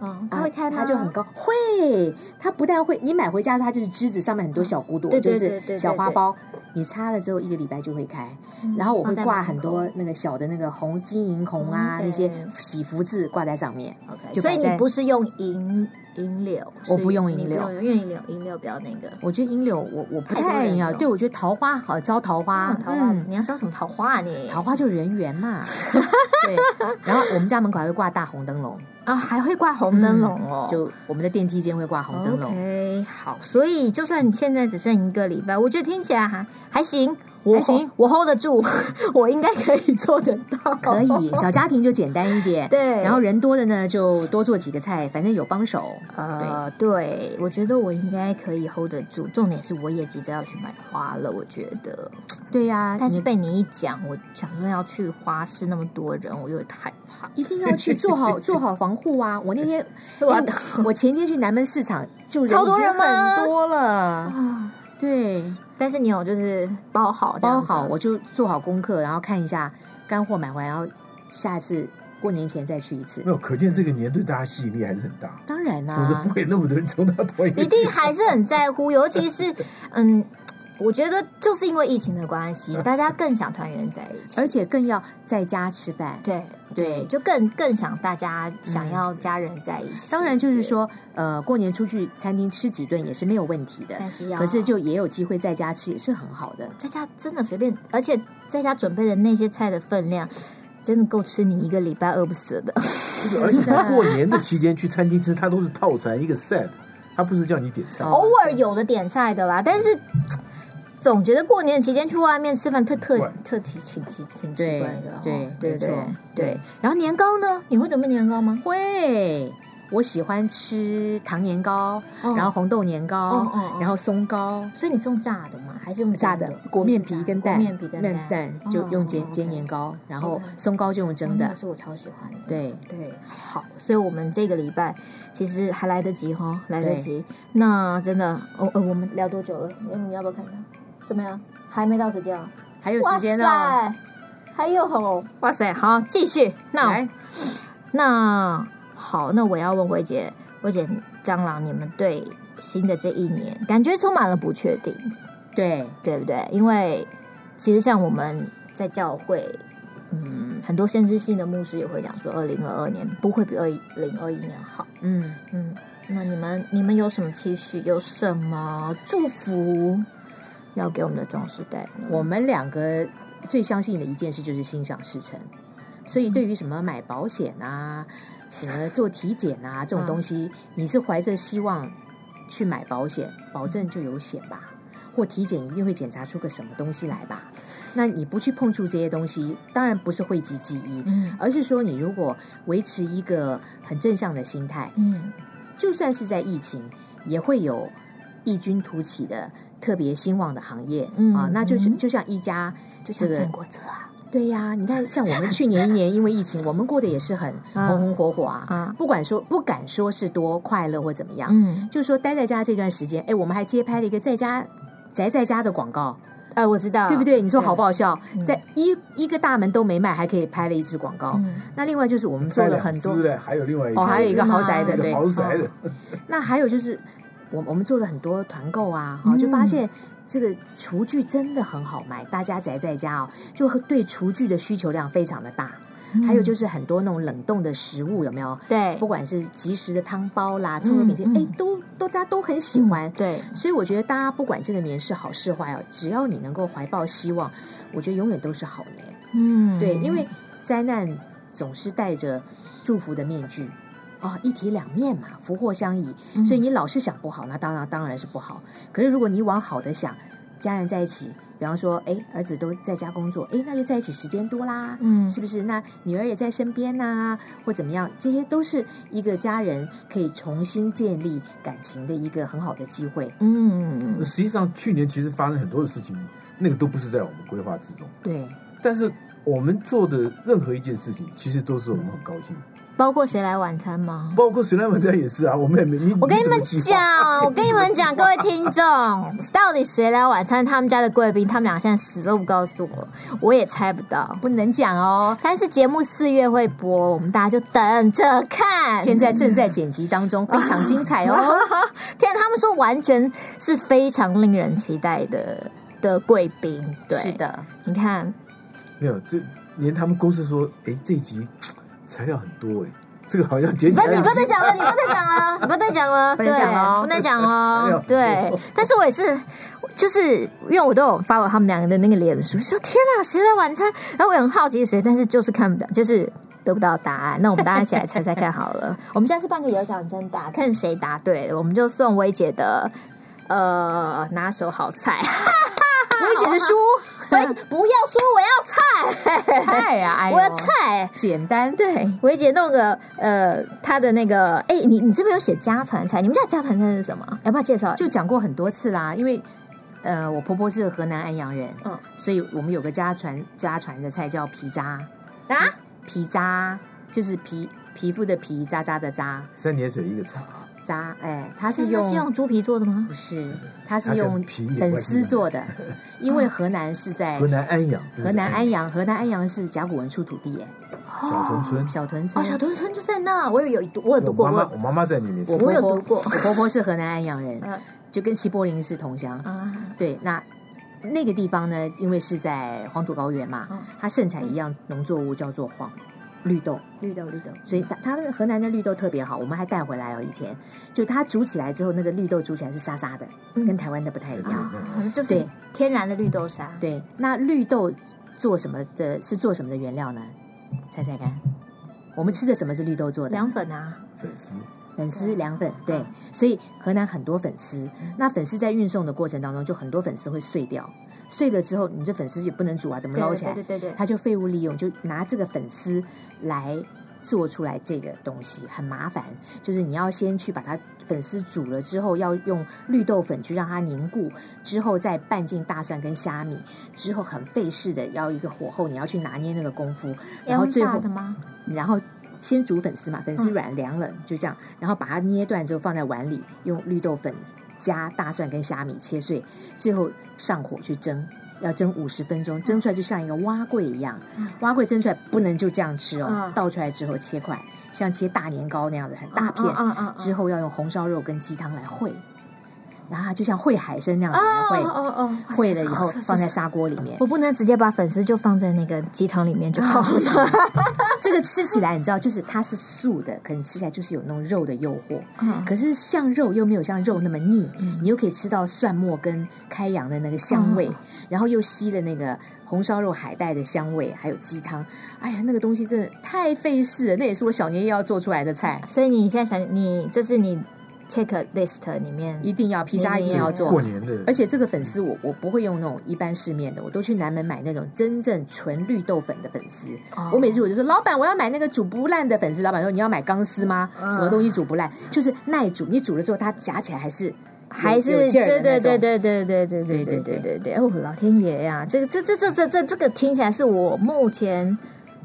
D: 哦，
C: 啊
D: 它会开吗？
C: 它就很高，会，它不但会，你买回家它就是枝子上面很多小骨朵，
D: 对对
C: 就
D: 对对对
C: 是小花苞，你插了之后一个礼拜就会开，
D: 嗯，
C: 然后我会
D: 放在
C: 挂
D: 门
C: 很
D: 口嗯
C: 多那个小的那个红金银红啊、
D: OK
C: 那些喜福字挂在上面，
D: OK，
C: 就
D: 所以
C: 摆在
D: 你不是用银银柳，
C: 我
D: 是
C: 不用
D: 你
C: 银
D: 不
C: 柳
D: 用因为银柳银柳比较那个。
C: 我觉得银柳我我不
D: 太多
C: 太
D: 人
C: 要，
D: 了
C: 对我觉得桃花好招桃花
D: 啊，桃花，
C: 嗯，
D: 你要招什么桃花啊你？
C: 桃花就是人 缘嘛，对，然后我们家门口还会挂大红灯笼，
D: 啊，还会挂红灯笼哦，
C: 就我们的电梯间会挂红灯笼，
D: OK，好，所以就算你现在只剩一个礼拜，我觉得听起来还还行，我
C: 还行，
D: 我 hold 得住， 我应该可以做得到，
C: 可以，小家庭就简单一点，
D: 哦 对，
C: 然后人多的呢，就多做几个菜，反正有帮手。
D: 呃，对，我觉得我应该可以 hold 得住，重点是我也急着要去买花了，我觉得，
C: 对呀、
D: 但是
C: 你
D: 被你一讲，我想说要去花市那么多人，我有点害怕，
C: 一定要去 做好做好防护啊！我那天
D: 我要
C: 因为我前天去南门市场，就人
D: 超
C: 已
D: 多
C: 经
D: 人吗
C: 很多了。
D: 啊，
C: 对，
D: 但是你有就是包好这
C: 包
D: 样子
C: 好我就做好功课，然后看一下干货买回来，然后下一次过年前再去一次
D: 嗯
E: 没。有，可见这个年对大家吸引力还是很大，
C: 当然啊啦、
E: 否则不会那么多人冲到同一个
D: 啊 一定还是很在乎，尤其 是嗯，我觉得就是因为疫情的关系，大家更想团圆在一起
C: 而。且更要在家吃饭。
D: 对
C: 对
D: 就更更想大家想要家人在一起。
C: 嗯当然就是说，呃，过年出去餐厅吃几顿也是没有问题的
D: 对，，但是要
C: 可是就也有机会在家吃，也是很好的。
D: 在家真的随便，而且在家准备的那些菜的分量，真的够吃你一个礼拜饿不死 的。
E: 就是而且他过年的期间去餐厅吃，它都是套餐一个 set，它不是叫你点菜。
C: 哦
D: 偶尔有的点菜的啦，但是总觉得过年期间去外面吃饭特特
E: 怪
D: 特挺挺挺挺奇
C: 对
D: 怪的哦。
C: 对
D: 对
C: 没错
D: 对对
C: 对。
D: 然后年糕呢？你会准备年糕吗？
C: 会，我喜欢吃糖年糕，
D: 哦
C: 然后红豆年糕，
D: 哦哦哦
C: 然后松糕。
D: 所以你是用炸的吗？还是用
C: 炸
D: 蒸
C: 的裹面皮跟蛋，
D: 裹面皮跟哦
C: 面蛋就用煎煎年
D: 糕，
C: 糕，然后
D: OK
C: 松糕就用蒸
D: 哦那
C: 的
D: 个。是我超喜欢的。
C: 对，
D: 对，好，所以我们这个礼拜其实还来得及哈，来得及。那真的，哦呃，我们聊多久了？你你要不要看一下？怎么样？还没到时间啊？
C: 还有时间呢。
D: 哇塞，还有哦，哇塞，好，继续。那
C: 来，
D: 那好，那我要问薇姐，薇姐，蟑螂，你们对新的这一年感觉充满了不确定，
C: 对
D: 对不对？因为其实像我们在教会，嗯，很多先知性的牧师也会讲说，二零二二年不会比二零二一年好。
C: 嗯，
D: 嗯，那你们你们有什么期许？有什么祝福要给我们的壮士代呢？
C: 我们两个最相信的一件事就是心想事成，所以对于什么买保险啊、什么做体检啊这种东西，你是怀着希望去买保险，保证就有险吧。或体检一定会检查出个什么东西来吧？那你不去碰触这些东西，当然不是讳疾忌医，
D: 嗯
C: 而是说你如果维持一个很正向的心态，
D: 嗯
C: 就算是在疫情，也会有异军突起的特别兴旺的行业、
D: 嗯
C: 啊，那就是
D: 嗯
C: 就像一家
D: 就
C: 这
D: 像
C: 个
D: 郑国策啊，
C: 对呀、你看像我们去年一年因为疫情，我们过得也是很
D: 啊
C: 红红火火啊，
D: 啊
C: 不管说不敢说是多快乐或怎么样，
D: 嗯，
C: 就说待在家这段时间，哎，我们还接拍了一个在家。宅在家的广告，
D: 哎，我知道，
C: 对不对？你说好不
D: 好？
C: 好笑
D: 嗯？
C: 在一一个大门都没卖，还可以拍了一支广告。
D: 嗯
C: 那另外就是我们做了很多
E: 拍两只，嘞，还有另外一
C: 哦，还有一个
D: 真的
C: 豪
D: 吗
C: 宅的，
E: 一个
C: 对，
E: 豪宅的，
C: 那还有就是，我我们做了很多团购啊，哈、
D: 嗯
C: 就发现这个厨具真的很好卖，大家宅在家哦，就对厨具的需求量非常的大。
D: 嗯
C: 还有就是很多那种冷冻的食物，有没有？
D: 对
C: 不管是即食的汤包啦、葱油饼这些，
D: 嗯
C: 哎、
D: 嗯
C: 都都大家都很喜欢。
D: 对，
C: 所以我觉得大家不管这个年是好是坏哦，只要你能够怀抱希望，我觉得永远都是好年。
D: 嗯
C: 对，因为灾难总是戴着祝福的面具。哦，一体两面嘛，福祸相倚。
D: 嗯
C: 所以你老是想不好，那当然当然是不好。可是如果你往好的想，家人在一起，比方说，哎，儿子都在家工作，哎，那就在一起时间多啦，
D: 嗯
C: 是不是？那女儿也在身边呐、或怎么样，这些都是一个家人可以重新建立感情的一个很好的机会。
D: 嗯
E: 实际上去年其实发生很多的事情，那个都不是在我们规划之中。
C: 对，
E: 但是我们做的任何一件事情，其实都是我们很高兴的，
D: 包括谁来晚餐吗？
E: 包括水蓝晚餐也是啊，我们也没 你。
D: 我跟你们
E: 怎么计划，
D: 讲，我跟你们讲，各位听众，到底谁来晚餐？他们家的贵宾，他们俩现在死都不告诉我，我也猜不到。
C: 不能讲哦。
D: 但是节目四月会播，我们大家就等着看。
C: 现在正
D: 嗯
C: 在剪辑当中，非常精彩哦。
D: 天啊，他们说完全是非常令人期待的的贵宾，对，
C: 是，的，
D: 你看，
E: 没有这连他们公司说，哎，这一集材料很多哎，这个好像剪起
D: 不是
E: 来
D: 你不要再讲了，你不要再讲 了，你不要再讲了，
C: 不能讲哦
D: 对不能讲
E: 哎
D: 哦
E: 呦，
D: 对。但是我也是，就是因为我都有 follow 他们两个的那个脸书，说天啊，谁的晚餐？然后我也很好奇是谁，但是就是看不到，就是。得不到答案，那我们大家一起来猜猜看好了。我们下次办个有奖征答，看谁答对了，我们就送薇姐的呃拿手好菜。
C: 薇姐 的书，
D: 薇姐不要说我要菜，
C: 菜啊， 哎呦
D: 我要菜。
C: 简单
D: 对，维姐弄个呃，她的那个，哎、你你这边有写家传菜，你们家家传菜是什么？要不要介绍一下？
C: 就讲过很多次啦，因为呃，我婆婆是河南安阳人，
D: 嗯
C: 所以我们有个家传家传的菜叫皮渣，
D: 啊，
C: 皮渣就是皮皮肤的皮，渣渣的渣
E: 三点水一个啊茶，
C: 渣，哎，它
D: 是
C: 是
D: 用
C: 用
D: 是用猪皮做的吗？
C: 不是，它是
E: 它
C: 用
E: 跟皮有关系吗
C: 粉丝 做的，因为河南是在哎
E: 河南安阳，
C: 河南安阳，河南安阳是甲骨文出土地耶，
E: 小屯村，
C: 小屯村
D: 哦，小屯村就在那，我有有读我有
E: 我
D: 读过，
E: 妈妈
D: 我
E: 我妈妈在那边
C: 我
E: 住，
D: 我有
C: 婆
D: 读过
C: 我婆婆是河南安阳人，
D: 嗯
C: 就跟齐柏林是同乡。
D: 啊，
C: 对，那那个地方呢，因为是在黄土高原嘛，
D: 嗯
C: 它盛产一样农作物叫做黄绿豆，
D: 绿豆绿豆，
C: 所以它它们河南的绿豆特别好，我们还带回来哦。以前就它煮起来之后，那个绿豆煮起来是沙沙的，
D: 嗯
C: 跟台湾的不太一样。
D: 啊，就是
C: 对
D: 天然的绿豆沙，
C: 对，那绿豆做什么的？是做什么的原料呢？猜猜看，我们吃的什么是绿豆做的？
D: 凉粉啊，
E: 粉丝
C: 粉丝
D: 对
C: 凉粉，对
D: 嗯，
C: 所以河南很多粉丝，那粉丝在运送的过程当中，就很多粉丝会碎掉，碎了之后，你这粉丝也不能煮啊，怎么
D: 对
C: 捞起
D: 对
C: 来？
D: 对对对，
C: 他就废物利用，就拿这个粉丝来做出来这个东西，很麻烦。就是你要先去把它粉丝煮了之后，要用绿豆粉去让它凝固，之后再拌进大蒜跟虾米，之后很费事的，要一个火候，你要去拿捏那个功夫，然后
D: 要
C: 最
D: 炸
C: 后
D: 的吗？
C: 然后先煮粉丝嘛，粉丝
D: 嗯
C: 软凉了、就这样，然后把它捏断之后放在碗里，用绿豆粉加大蒜跟虾米切碎，最后上火去蒸。要蒸五十分钟，蒸出来就像一个蛙桂一样，蛙桂蒸出来不能就这样吃哦，
D: 嗯
C: 倒出来之后切块，像切大年糕那样的很大片，
D: 嗯嗯嗯，
C: 之后要用红烧肉跟鸡汤来烩，然后它就像烩海参那样子来
D: 啊
C: 烩，
D: 哦哦哦，
C: 烩了以后放在砂锅里面，
D: 我不能直接把粉丝就放在那个鸡汤里面就好了。
C: 这个吃起来，你知道，就是它是素的，可能吃起来就是有那种肉的诱惑。
D: 嗯
C: 可是像肉又没有像肉那么腻，
D: 嗯
C: 你又可以吃到蒜末跟开洋的那个香味，
D: 嗯
C: 然后又吸了那个红烧肉海带的香味，还有鸡汤。哎呀，那个东西真的太费事了，那也是我小年夜要做出来的菜，
D: 所以你现在想，你这是你 check list 里面
C: 一定要皮沙一定要做
E: 过。年的，
C: 而且这个粉丝我我不会用那种一般市面的，我都去南门买那种真正纯绿豆粉的粉丝。
D: 哦
C: 我每次我就说，老板，我要买那个煮不烂的粉丝。老板说，你要买钢丝吗？
D: 嗯
C: 什么东西煮不烂？就是耐煮，你煮了之后它夹起来还是有
D: 还是
C: 有劲儿
D: 对对
C: 的那种
D: 对对对对对对对对对对，哦，老天爷呀，这个这这这这这这个听起来是我目前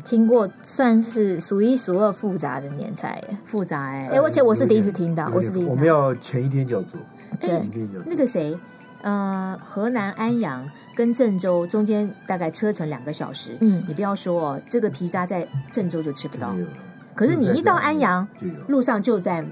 D: 听过算是数一数二复杂的年菜耶。
C: 复杂哎、
D: 哎，而且我是第一次听到，
E: 有
D: 我是
E: 点
D: 第一
E: 我
D: 次
E: 们
D: 听到。
E: 要前一天就要做，前
D: 对
E: 一，天就要做
C: 那个谁，呃，河南安阳跟郑州中间大概车程两个小时。
D: 嗯
C: 你不要说哦，这个皮渣在郑州就吃不
E: 就
C: 到
E: 没，有了。
C: 可是你
E: 就在
C: 一到
E: 这样
C: 安阳
E: 就有了，
C: 路上就在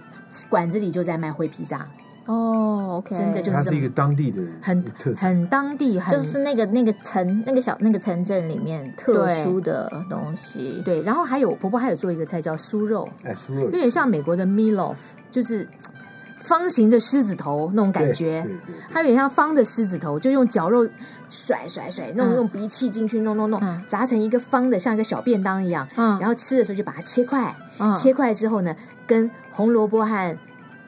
C: 馆子里就在卖灰皮渣，
D: 哦，OK，
C: 真的就
E: 它
C: 是这
E: 是一个当地的
C: 很
E: 特产，
C: 很当地，很
D: 就是那个那个城那个小那个城镇里面特殊的东西。
C: 对。然后还有婆婆还有做一个菜叫酥肉，
E: 哎，酥肉
C: 有点像美国的 meatloaf，就是嘖方形的狮子头那种感
E: 对
C: 觉
E: 对。对对
C: 它有点像方的狮子头，就用绞肉甩甩甩，弄
D: 嗯
C: 用鼻气进去弄弄弄
D: 嗯，
C: 炸成一个方的，像一个小便当一样。
D: 嗯，
C: 然后吃的时候就把它切块，
D: 嗯
C: 切块之后呢，跟红萝卜和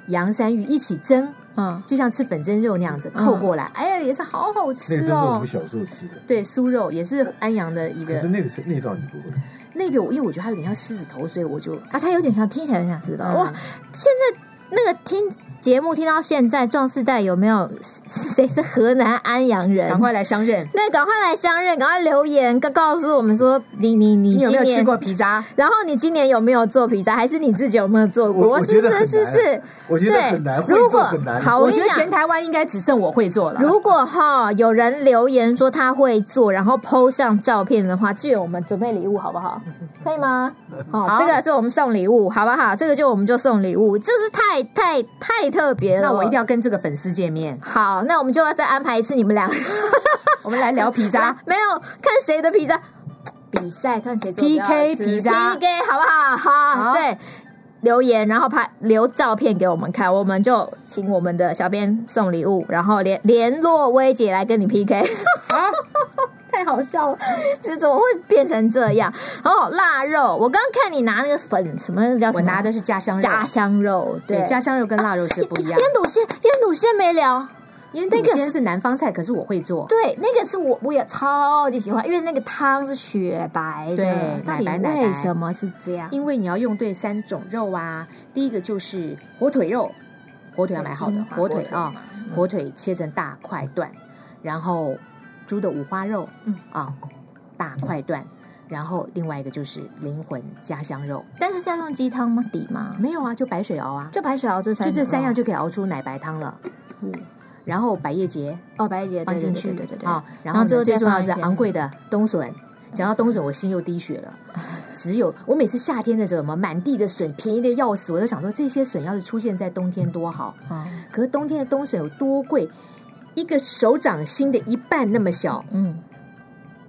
C: 洋山芋一起蒸，
D: 嗯
C: 就像吃粉蒸肉那样子
D: 嗯
C: 扣过来。哎呀，也是好好
E: 那个
C: 吃
E: 都是我
C: 哦
E: 们。小时候吃的，
C: 对，酥肉也是安阳的一
E: 可是
C: 个
E: 那个是那道你不会，
C: 那个，因为我觉得它有点像狮子头，所以我就
D: 啊，它有点像，听起来很想知道、
C: 嗯
D: 哇！现在那个听节目听到现在，壮士代有没有 是谁是河南安阳人？
C: 赶快来相认。
D: 那赶快来相认，赶快留言，告告诉我们说你你你
C: 你有没有
D: 今年
C: 吃过？皮渣？
D: 然后你今年有没有做披萨？还是你自己有没有做过？
E: 我我觉
D: 是
E: 得
D: 是
E: 很
D: 是
E: 难
D: 是，
E: 我觉得
D: 对
E: 很难，会
D: 如
E: 做
D: 果
E: 很难。啊
D: 好，
C: 我
D: 跟
C: 觉
D: 你
C: 得
D: 讲。
C: 全台湾应该只剩我会做了。
D: 如果哈有人留言说他会做，然后 PO 上照片的话，志远我们准备礼物好不 好？可以吗？哦
C: 好，
D: 这个是我们送礼物，好不好？这个就我们就送礼物，这是太太太特别了。
C: 那我一定要跟这个粉丝见面，
D: 好，那我们就要再安排一次你们俩
C: 我们来聊皮渣。
D: 没有看谁的皮渣比赛，看谁做
C: PK 皮渣
D: PK 好不好？好，
C: 好
D: 对。留言，然后拍留照片给我们看，我们就请我们的小编送礼物，然后联联络薇姐来跟你 PK。太好笑了，这怎么会变成这样？哦，腊肉，我刚看你拿那个粉什么那个叫什
C: 我
D: 么？啊
C: 拿的是家乡肉，
D: 家乡肉，
C: 对
D: 对，
C: 家乡肉跟腊肉是不一样
D: 腌。笃鲜，腌笃鲜没聊。
C: 因为那个先是南方菜，可是我会做。
D: 对，那个是我我也超级喜欢，因为那个汤是雪白的，
C: 对
D: 到底
C: 奶白奶白
D: 为什么是这样？
C: 因为你要用对三种肉啊。第一个就是火腿肉，火腿要买好的
D: 对
C: 火腿啊，
D: 嗯
C: 火腿切成大块段，然后猪的五花肉，
D: 嗯
C: 啊，大块段。然后另外一个就是灵魂家乡肉，
D: 但是是要用鸡汤吗？底吗？
C: 没有啊，就白水嗯熬啊，
D: 就白水熬这三
C: 就
D: 种
C: 这三样
D: 吗
C: 就可以熬出奶白汤了。然后百叶结
D: 哦，白姐
C: 放
D: 对对
C: 进去，
D: 对对对对对
C: 啊，然
D: 然后
C: 后
D: 最
C: 呢
D: 后
C: 最
D: 再
C: 重要
D: 放
C: 的
D: 一
C: 是
D: 些
C: 昂贵的冬笋。讲到冬笋，我心又滴血了。只有我每次夏天的时候，么满地的笋，便宜的要死，我都想说这些笋要是出现在冬天多好。
D: 哦
C: 可是冬天的冬笋有多贵？一个手掌心的一半那么小，
D: 嗯，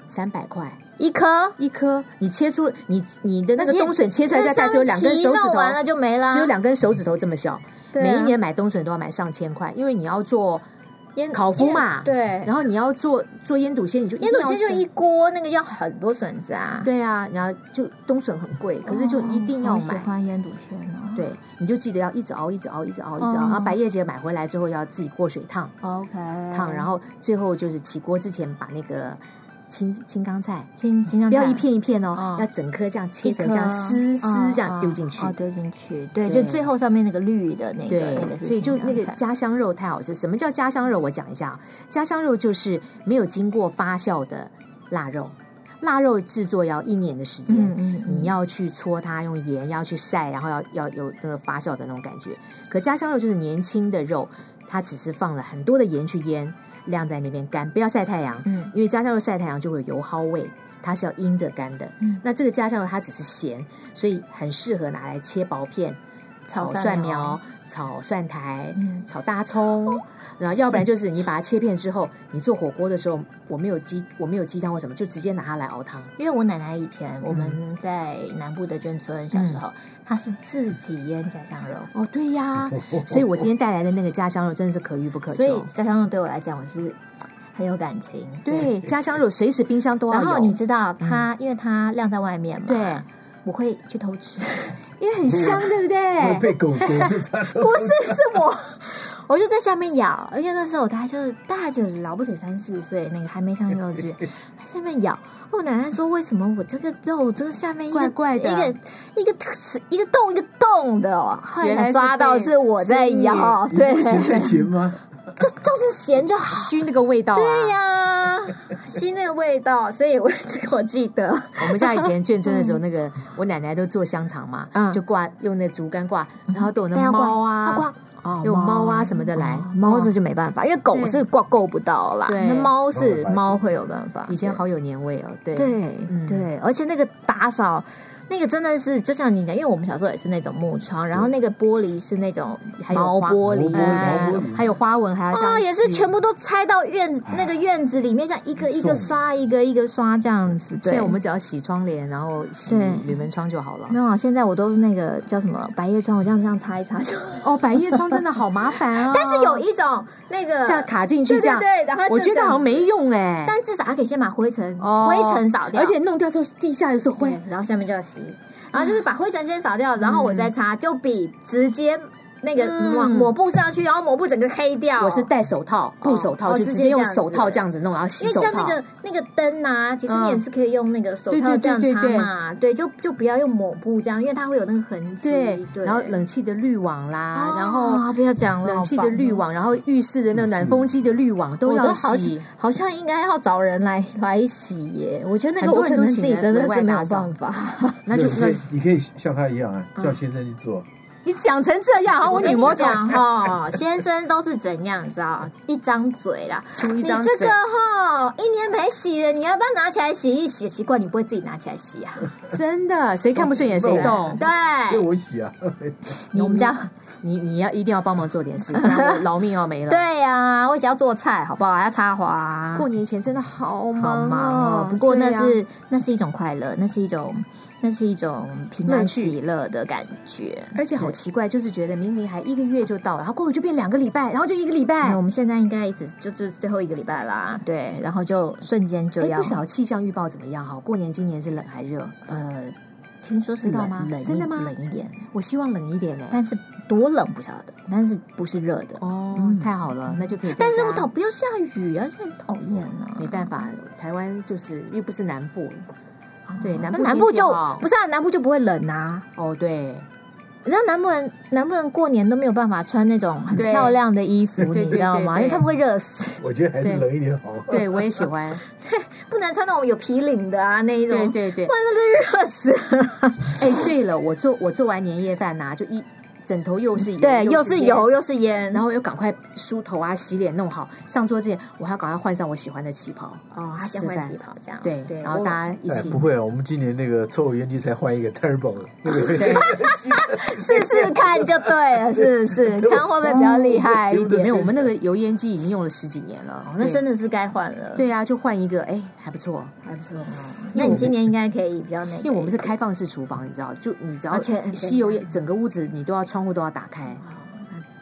C: 三百块
D: 一颗
C: 一颗。你切出你你的那个
D: 而且
C: 冬笋切出来大概只有两根
D: 那
C: 手
D: 上
C: 指
D: 皮
C: 头
D: 弄，完了就没了，
C: 只有两根手指头这么小。
D: 对啊
C: 每一年买冬笋都要买上千块，因为你要做烤麸嘛，
D: 对，
C: 然后你要做做腌笃鲜，你就
D: 腌
C: 定
D: 笃
C: 要
D: 鲜就一锅，那个要很多笋子啊。
C: 对啊，然后就冬笋很贵，可是就一定要买。
D: 哦喜欢腌笃鲜哦。
C: 对，你就记得要一直熬，一直熬，一直熬，一直熬。
D: 哦
C: 然后白叶节买回来之后要自己过水烫
D: ，OK，
C: 烫，然后最后就是起锅之前把那个青青冈菜，
D: 先先
C: 不要一片一片哦
D: 哦，
C: 要整颗这样切
D: 一
C: 成这样
D: 颗
C: 丝丝
D: 哦
C: 这样
D: 哦
C: 丢进去
D: 哦。丢进去，对，
C: 对
D: 就最后上面那个绿的那个，
C: 对
D: 那个，是
C: 所以就
D: 新
C: 那个
D: 疆菜
C: 家乡肉太好吃。什么叫家乡肉？我讲一下啊，家乡肉就是没有经过发酵的腊肉，腊肉制作要一年的时间。
D: 嗯嗯，
C: 你
D: 嗯
C: 要去搓它，用盐要去晒，然后要要有那个发酵的那种感觉。可家乡肉就是年轻的肉，它只是放了很多的盐去腌，晾在那边干，不要晒太阳，
D: 嗯
C: 因为家乡肉晒太阳就会有油蒿味，它是要阴着干的。
D: 嗯
C: 那这个家乡肉它只是咸，所以很适合拿来切薄片。炒
D: 炒蒜
C: 蒜
D: 苗
C: 苗、炒蒜苔、
D: 嗯
C: 炒大葱，然后要不然就是你把它切片之后，你做火锅的时候，我没有鸡，我没有鸡汤或什么，就直接拿它来熬汤。
D: 因为我奶奶以前我
C: 嗯
D: 们在南部的眷村，小时候她是自己腌家乡肉，
C: 哦，对 呀，所以我今天带来的那个家乡肉真的是可遇不可求。
D: 所以家乡肉对我来讲我是很有感情。
C: 对 家乡肉随时冰箱都要
D: 然
C: 有，嗯
D: 后你知道它，因为它晾在外面嘛，
C: 对，
D: 我会去偷 吃。
C: 因为很香，对不
E: 会
C: 对？
E: 被 狗叼着它的
D: 不是，是我，我就在下面咬，而且那时候我大概就是大概就老不止三四岁，那个还没上幼稚园，在下面咬。我奶奶说：“为什么我这个肉，这个下面一个
C: 怪怪的
D: 一个一个刺一个洞一个洞的、哦？”后来
C: 原来
D: 才
C: 是
D: 抓到
C: 被
D: 是我在
C: 是你
D: 咬，
E: 你不
D: 对，
E: 会觉得
D: 就
E: 咸吗？
D: 就是咸就好。
C: 熏那个味道、啊，
D: 对呀、吸那个味道，所以我这个我记得。
C: 我们家以前眷村的时候，那个我奶奶都做香肠嘛，
D: 嗯
C: 就挂用那竹竿挂，然后都有
D: 但
C: 那
D: 要挂
C: 猫啊，
D: 要挂哦
C: 有猫啊什么的来
D: 哦猫这就没办法，因为狗
C: 对
D: 是挂够不到啦，
C: 对
D: 那猫是
E: 猫很
D: 猫会有办法。
C: 以前好有年味哦，对
D: 对
C: 嗯
D: 对，而且那个打扫。那个真的是，就像你讲，因为我们小时候也是那种木窗，然后那个玻璃是那种
C: 还有
D: 毛
C: 花
D: 玻璃
E: 毛玻璃
D: 哎
E: 毛玻璃
C: 呃还有花纹还要这样
D: 哦，
C: 洗，
D: 也是全部都拆到院那个院子里面，这样一个一个
E: 送
D: 刷，一个一个刷这样子。
C: 现
D: 对，
C: 在我们只要洗窗帘，然后洗
D: 对
C: 铝门窗就好了
D: 没。有啊，现在我都是那个叫什么百叶窗，我这样这样擦一擦就。
C: 哦，百叶窗真的好麻烦 啊！
D: 但是有一种那个
C: 这样卡进去，
D: 对
C: 这样
D: 对对，然后就
C: 我觉
D: 这
C: 得
D: 样
C: 好像没用哎。
D: 但至少它可以先把灰尘、
C: 哦
D: 灰尘扫掉，
C: 而且弄掉之后地下又是灰
D: 对，，然后下面就要洗，然后就是把灰尘先扫掉，然后我再擦，就比直接那个
C: 嗯
D: 抹抹布上去，然后抹布整个黑掉。
C: 我是戴手套、布手套，
D: 哦
C: 就直接用
D: 直接这样子
C: 手套这样子弄，然后洗
D: 因为
C: 手
D: 像那
C: 套。
D: 个那个灯啊，其实
C: 嗯
D: 你也是可以用那个手
C: 对
D: 套
C: 对
D: 这样
C: 对
D: 擦
C: 对
D: 嘛，对，就就不要用抹布这样，因为它会有那个痕迹。
C: 对
D: 对，，
C: 然后冷气的滤网啦
D: 哦，
C: 然后
D: 不要讲了，
C: 冷气的
D: 好棒哦
C: 滤，网，然后浴室的那个暖风机的滤网都
D: 我
C: 要
D: 都好
C: 洗。
D: 好像应该要找人来来洗耶。我觉得那
C: 很
D: 个
C: 多
D: 我
C: 人
D: 可
C: 都
D: 能
C: 请
D: 自己
C: 人
D: 真的
C: 额
D: 是
C: 外
D: 没有
C: 打扫
D: 办 法。
C: 那就
E: 你可
C: 那嗯
E: 以，你可以像他一样啊，叫先生去做。
C: 你讲成这样，啊，我女魔头
D: 讲哈，先生都是怎样，你知道？一张嘴啦，
C: 出一
D: 你
C: 张
D: 这
C: 嘴
D: 个，哈，一年没洗了，你要不要拿起来洗一洗？奇怪，你不会自己拿起来洗 啊？
C: 真的谁看不顺眼谁动。哎
E: 因为
D: 对，啊
E: 我洗啊，
D: 你们家
C: 你你要一定要帮忙做点事，不然我劳命要没了。
D: 对呀、啊，我只要做菜，好不好？还要插花、啊
C: 过年前真的好
D: 好
C: 忙
D: 忙
C: 哦
D: 哦。。不过那
C: 对呀
D: 是、那是一种快乐，那是一种那是一种平
C: 乐
D: 安
C: 趣
D: 喜乐的感觉。
C: 而且好奇怪，就是觉得明明还一个月就到了，然后过会就变两个礼拜，然后就一个礼拜
D: 那哎我。们现在应该一直就就最后一个礼拜啦，对，然后就瞬间就
C: 哎，
D: 要
C: 不晓得气象预报怎么样哈？过年今年是冷还热？
D: 呃，听说是
C: 知道
D: 冷
C: 吗
D: 冷一
C: 真的吗
D: 冷一点，
C: 我希望冷一点呢。
D: 但是多冷不晓得，但是不是热的。
C: 哦，
D: 嗯
C: 太好了，那就可以在家。
D: 但是我讨不要下雨啊，这很讨厌啊。
C: 啊没办法，台湾就是又不是南部，对南
D: 啊那
C: 部
D: 南部
C: 天气
D: 就
C: 好
D: 不是啊，南部就不会冷啊。
C: 哦对，
D: 你知道南部人南部人过年都没有办法穿那种很
C: 对
D: 漂亮的衣服，
C: 对
D: 你知道
C: 对对
D: 吗？
C: 对
D: 因为他们会热 死，
E: 我觉得还是
C: 对
E: 冷一点好。
C: 对我也喜欢，
D: 不能穿那种有皮领的啊那一种，
C: 对对对
D: 不。然那就热死。
C: 哎，对了，我做我做完年夜饭呐、就一枕头又是油，
D: 对，又
C: 是
D: 是
C: 烟
D: 油，又是烟，
C: 然
D: 后
C: 后又赶快梳头啊、洗脸弄好，上桌之前我还要赶快换上我喜欢的旗袍。
D: 哦，他先
C: 吃
D: 换
C: 饭
D: 旗袍这样，
C: 对，
D: 对，
C: 然后
D: 我
C: 大家一
E: 哎，
C: 起
E: 不会啊，我们今年那个抽油烟机才换一个 turbo，那个
C: 对
D: 试试看就对了，是不是？看会不会比较厉害 一点
C: 没？有，我们那个油烟机已经用了十几年了，
D: 那真
C: 的
D: 的是该换了，，
C: 对啊，就换一个，哎，还不错，
D: 还不错哦。那你今年应该可以比较那个，
C: 因为我们是开放式厨房，你知道，就你只
D: 啊
C: 要
D: 全全
C: 吸油
D: 家
C: 烟，整个屋子你都要窗户都要打开，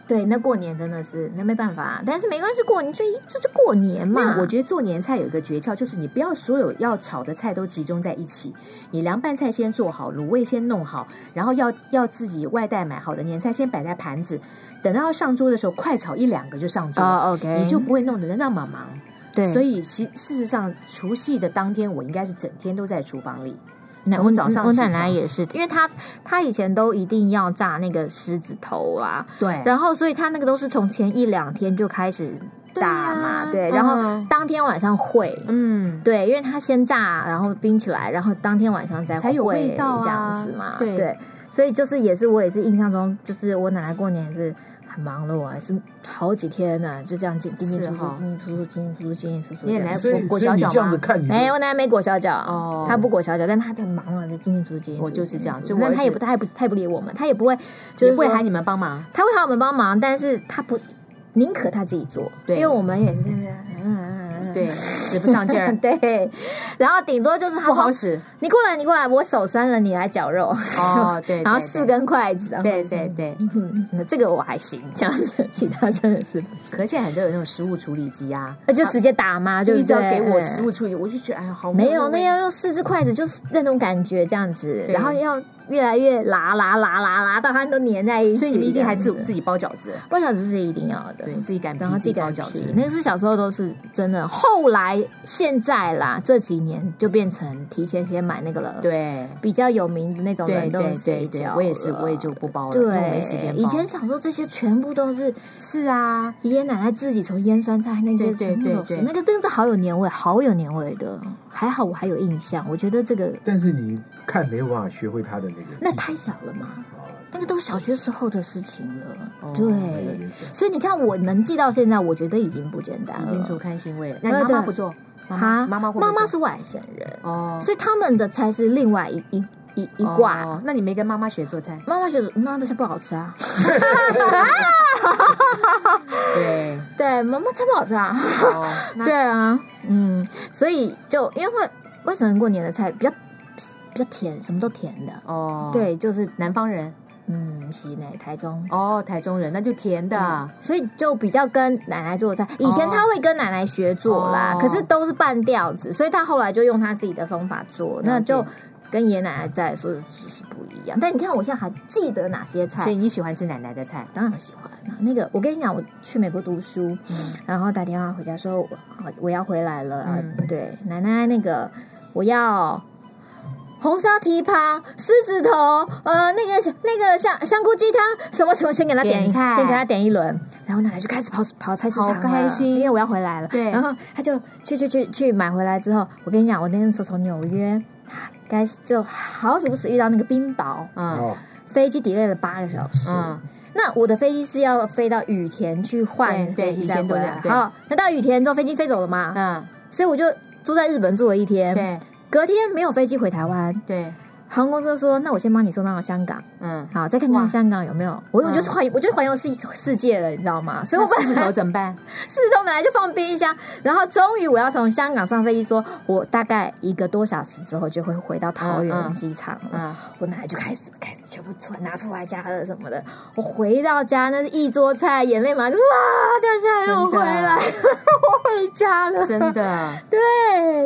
D: 对，那过年真的是那没办法、啊但是没关系，过年就一这就过年嘛。
C: 那我觉得做年菜有一个诀窍，就是你不要所有要炒的菜都集中在一起，你凉拌菜先做好，卤味先弄好，然后要要自己外带买好的年菜先摆在盘子，等到要上桌的时候，快炒一两个就上桌，
D: 哦，OK，
C: 你就不会弄得那么忙。
D: 对，
C: 所
D: 以
C: 以其事实上，除夕的当天，我应该是整天都在厨房里。
D: 那
C: 从
D: 我
C: 早上
D: 我
C: 起
D: 奶奶
C: 床
D: 也是，因为她她以前都一定要炸那个狮子头啊，
C: 对，
D: 然后所以她那个都是从前一两天就开始炸嘛，
C: 对
D: 对，
C: 啊
D: 然后
C: 嗯
D: 当天晚上烩。
C: 嗯，
D: 对，因为它先炸，然后冰起来，然后当天晚上再
C: 才有
D: 烩
C: 味道啊
D: 这样子嘛。
C: 对
D: 所以就是也是我也是印象中，就是我奶奶过年也是很忙碌啊，是好几天呢、就这样进进进
C: 是
D: 出出
C: 哈
D: 进进出出进进出出进进出出。
C: 你也
D: 这样
C: 来
E: 所以
C: 裹裹
E: 所以
C: 小
E: 你
C: 脚
E: 这样子
C: 吗
E: 看你的
D: 没有，我奶奶没裹小脚，
C: 哦
D: 她不裹小脚，但她太忙了，就进进出出进进出出。
C: 我就是这样
D: 进进
C: 所
D: 出出
C: 以我
D: 但她也
C: 儿子
D: 不她也不她也不理我们，她也不会就是
C: 也不会
D: 说
C: 喊你们帮忙。
D: 他会喊我们帮忙，但是他不宁可他自己做，
C: 对
D: 因为我们也是在那边，嗯嗯嗯，嗯
C: 对，使不上劲儿，
D: 对，然后顶多就是他
C: 不好
D: 说
C: 使。
D: 你过来，你过来，我手酸了，你来绞肉，
C: 哦， 对，
D: 然后
C: 对
D: 四，根筷子，然后
C: 对对对。对
D: 嗯， 那这个我还行，这样子，其他真的是不行，
C: 可是现在很多有那种食物处理机啊，
D: 那就直接打嘛，
C: 就
D: 一
C: 一直要给我食
D: 十
C: 物
D: 五，
C: 处理，我就觉得哎呀，好
D: 没有，那
C: 嗯那
D: 要用四只筷子，就是那种感觉这样子，
C: 对
D: 然后要越来越拉拉拉拉拉到它们都粘在一起，
C: 所以你们一定还自
D: 己。
C: 自己包饺子，
D: 包饺子是一定要的，
C: 对自己擀皮
D: 然后自己
C: 包
D: 擀
C: 饺
D: 皮
C: 子，，
D: 那个是小时候都是真的。后来现在啦，这几年就变成提前先买那个了，，
C: 对
D: 比较有名的那种
C: 对
D: 冷冻
C: 对
D: 水
C: 对
D: 饺
C: 对
D: 了。，
C: 我也是，我也就不包了，因为我
D: 对，
C: 没时间包。
D: 以前小时候这些全部都是
C: 是啊，
D: 爷爷奶奶自己从腌酸菜那些，
C: 对对
D: 全部都是
C: 对对
D: 那个真的好有年味，好有年味的。还好我还有印象，我觉得这个
E: 但是你看没有办法学会他的那个，
D: 那太小了嘛，那个都小学时候的事情了，
C: 哦
E: 那有
D: 对。
E: 点小。
D: 所以你看，我能记到现在，我觉得已经不简单了。
C: 已经足堪欣慰了。那
D: 对
C: 你妈妈
D: 对
C: 不做，妈
D: 哈，
C: 妈妈妈会不
D: 妈妈
C: 做
D: 是外省人，
C: 哦，
D: 所以他们的菜是另外一一一一挂。
C: 哦那你没跟妈妈学做菜？
D: 妈妈觉得妈妈的菜不好吃啊，
C: 对，
D: 对，妈妈菜不好吃啊，
C: 哦，那
D: 对啊，嗯，所以就因为外省人过年的菜比较比较甜，什么都甜的，
C: 哦，，
D: 对，就是
C: 南方人
D: 嗯，西内台中。
C: 哦，台中人那就甜的，啊
D: 所以就比较跟奶奶做菜，以前
C: 哦
D: 她会跟奶奶学做啦，
C: 哦
D: 可是都是半吊子，所以她后来就用她自己的方法做，那
C: 了解
D: 就跟爷爷奶奶在说是不一样。但你看我现在还记得哪些菜，
C: 所以你喜欢吃奶奶的菜，
D: 当然喜欢啦、那个，我跟你讲，我去美国读书，然后打电话回家说，我我要回来了。啊
C: 嗯
D: 对，奶奶那个我要红烧蹄膀、狮子头，呃，那个那个香香菇鸡汤什么什么，先给他点一
C: 点菜
D: 先给他点一轮，然后奶奶就开始跑跑菜市场了，
C: 好开心
D: 因为我要回来了。
C: 对
D: 然后他就去去去去买回来之后，我跟你讲，我那天时候从纽约。啊该就好死不死遇到那个冰雹，
C: 嗯
E: 哦，
D: 飞机 delay 了八个小时。
C: 嗯，
D: 那我的飞机是要飞到羽田去换
C: 对对
D: 飞机
C: 以
D: 再
C: 前
D: 回
C: 都这
D: 来
C: 样。对
D: 好，那到羽田之后飞机飞走了嘛，
C: 嗯，
D: 所以我就住在日本住了一天。
C: 对
D: 隔天没有飞机回台湾，
C: 对，
D: 航空公司说：“那我先帮你送到香港，
C: 嗯，
D: 好，再看看
C: 哇
D: 香港有没有。”我我
C: 嗯
D: 就是环，我就环游世世界了，你知道 吗？所以
C: 那
D: 我
C: 狮子
D: 本 来
C: 头怎么办？
D: 狮子头本来就放冰箱，然后终于我要从香港上飞机说，我大概一个多小时之后就会回到桃
C: 嗯
D: 园
C: 嗯
D: 机场了。
C: 嗯，
D: 我奶奶就开始开始全部出来拿出来加的什么的。我回到家，那是一桌菜，眼泪马上就哇掉下来，
C: 真的
D: 又回来，我回家了。
C: 真的，
D: 对，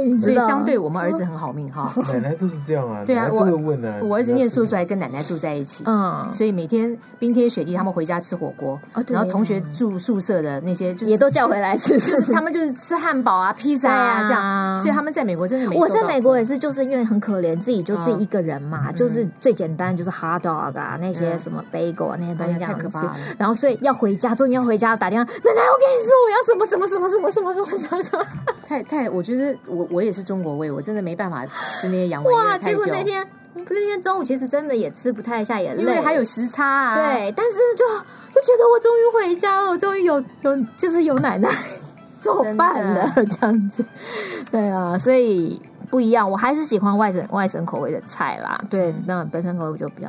D: 你知
C: 所
D: 道
C: 以相对我们儿子很好命哈。
E: 奶奶都是这样啊，
C: 对啊
E: 奶奶都会问啊。
C: 我儿子念书的时候
E: 来，
C: 还跟奶奶住在一起，
D: 嗯，
C: 所以每天冰天雪地，他们回家吃火锅，
D: 哦对
C: 然后同学住宿舍的那些就是
D: 也都叫回。来吃。
C: 就是 他们就是吃汉堡啊、披萨
D: 对啊
C: 啊这样，所以他们在美国真的没
D: 我
C: 受
D: 在
C: 到
D: 美国也是，就是因为很可怜，自己就自己一个人嘛，就是最简单就是 hot dog 啊，那些
C: 嗯
D: 什么 bagel 啊，那些东西
C: 哎呀
D: 这样
C: 太可
D: 吃
C: 怕了。
D: 然后所以要回家，终于要回家，打电话奶奶，我跟你说我要什么什么什么什么什么什么什么什么。
C: 太太，我觉得我我也是中国胃，我真的没办法吃那些洋味，因
D: 哇！
C: 为太
D: 结果
C: 久
D: 那天可是那天中午其实真的也吃不太下，也
C: 因为
D: 累，
C: 还有时差啊。，
D: 对，但是就就觉得我终于回家了，我终于有有就是有奶奶 做饭了 这样子，对啊，所以不一样，我还是喜欢外省外省口味的菜啦。对，那本省口味我就比较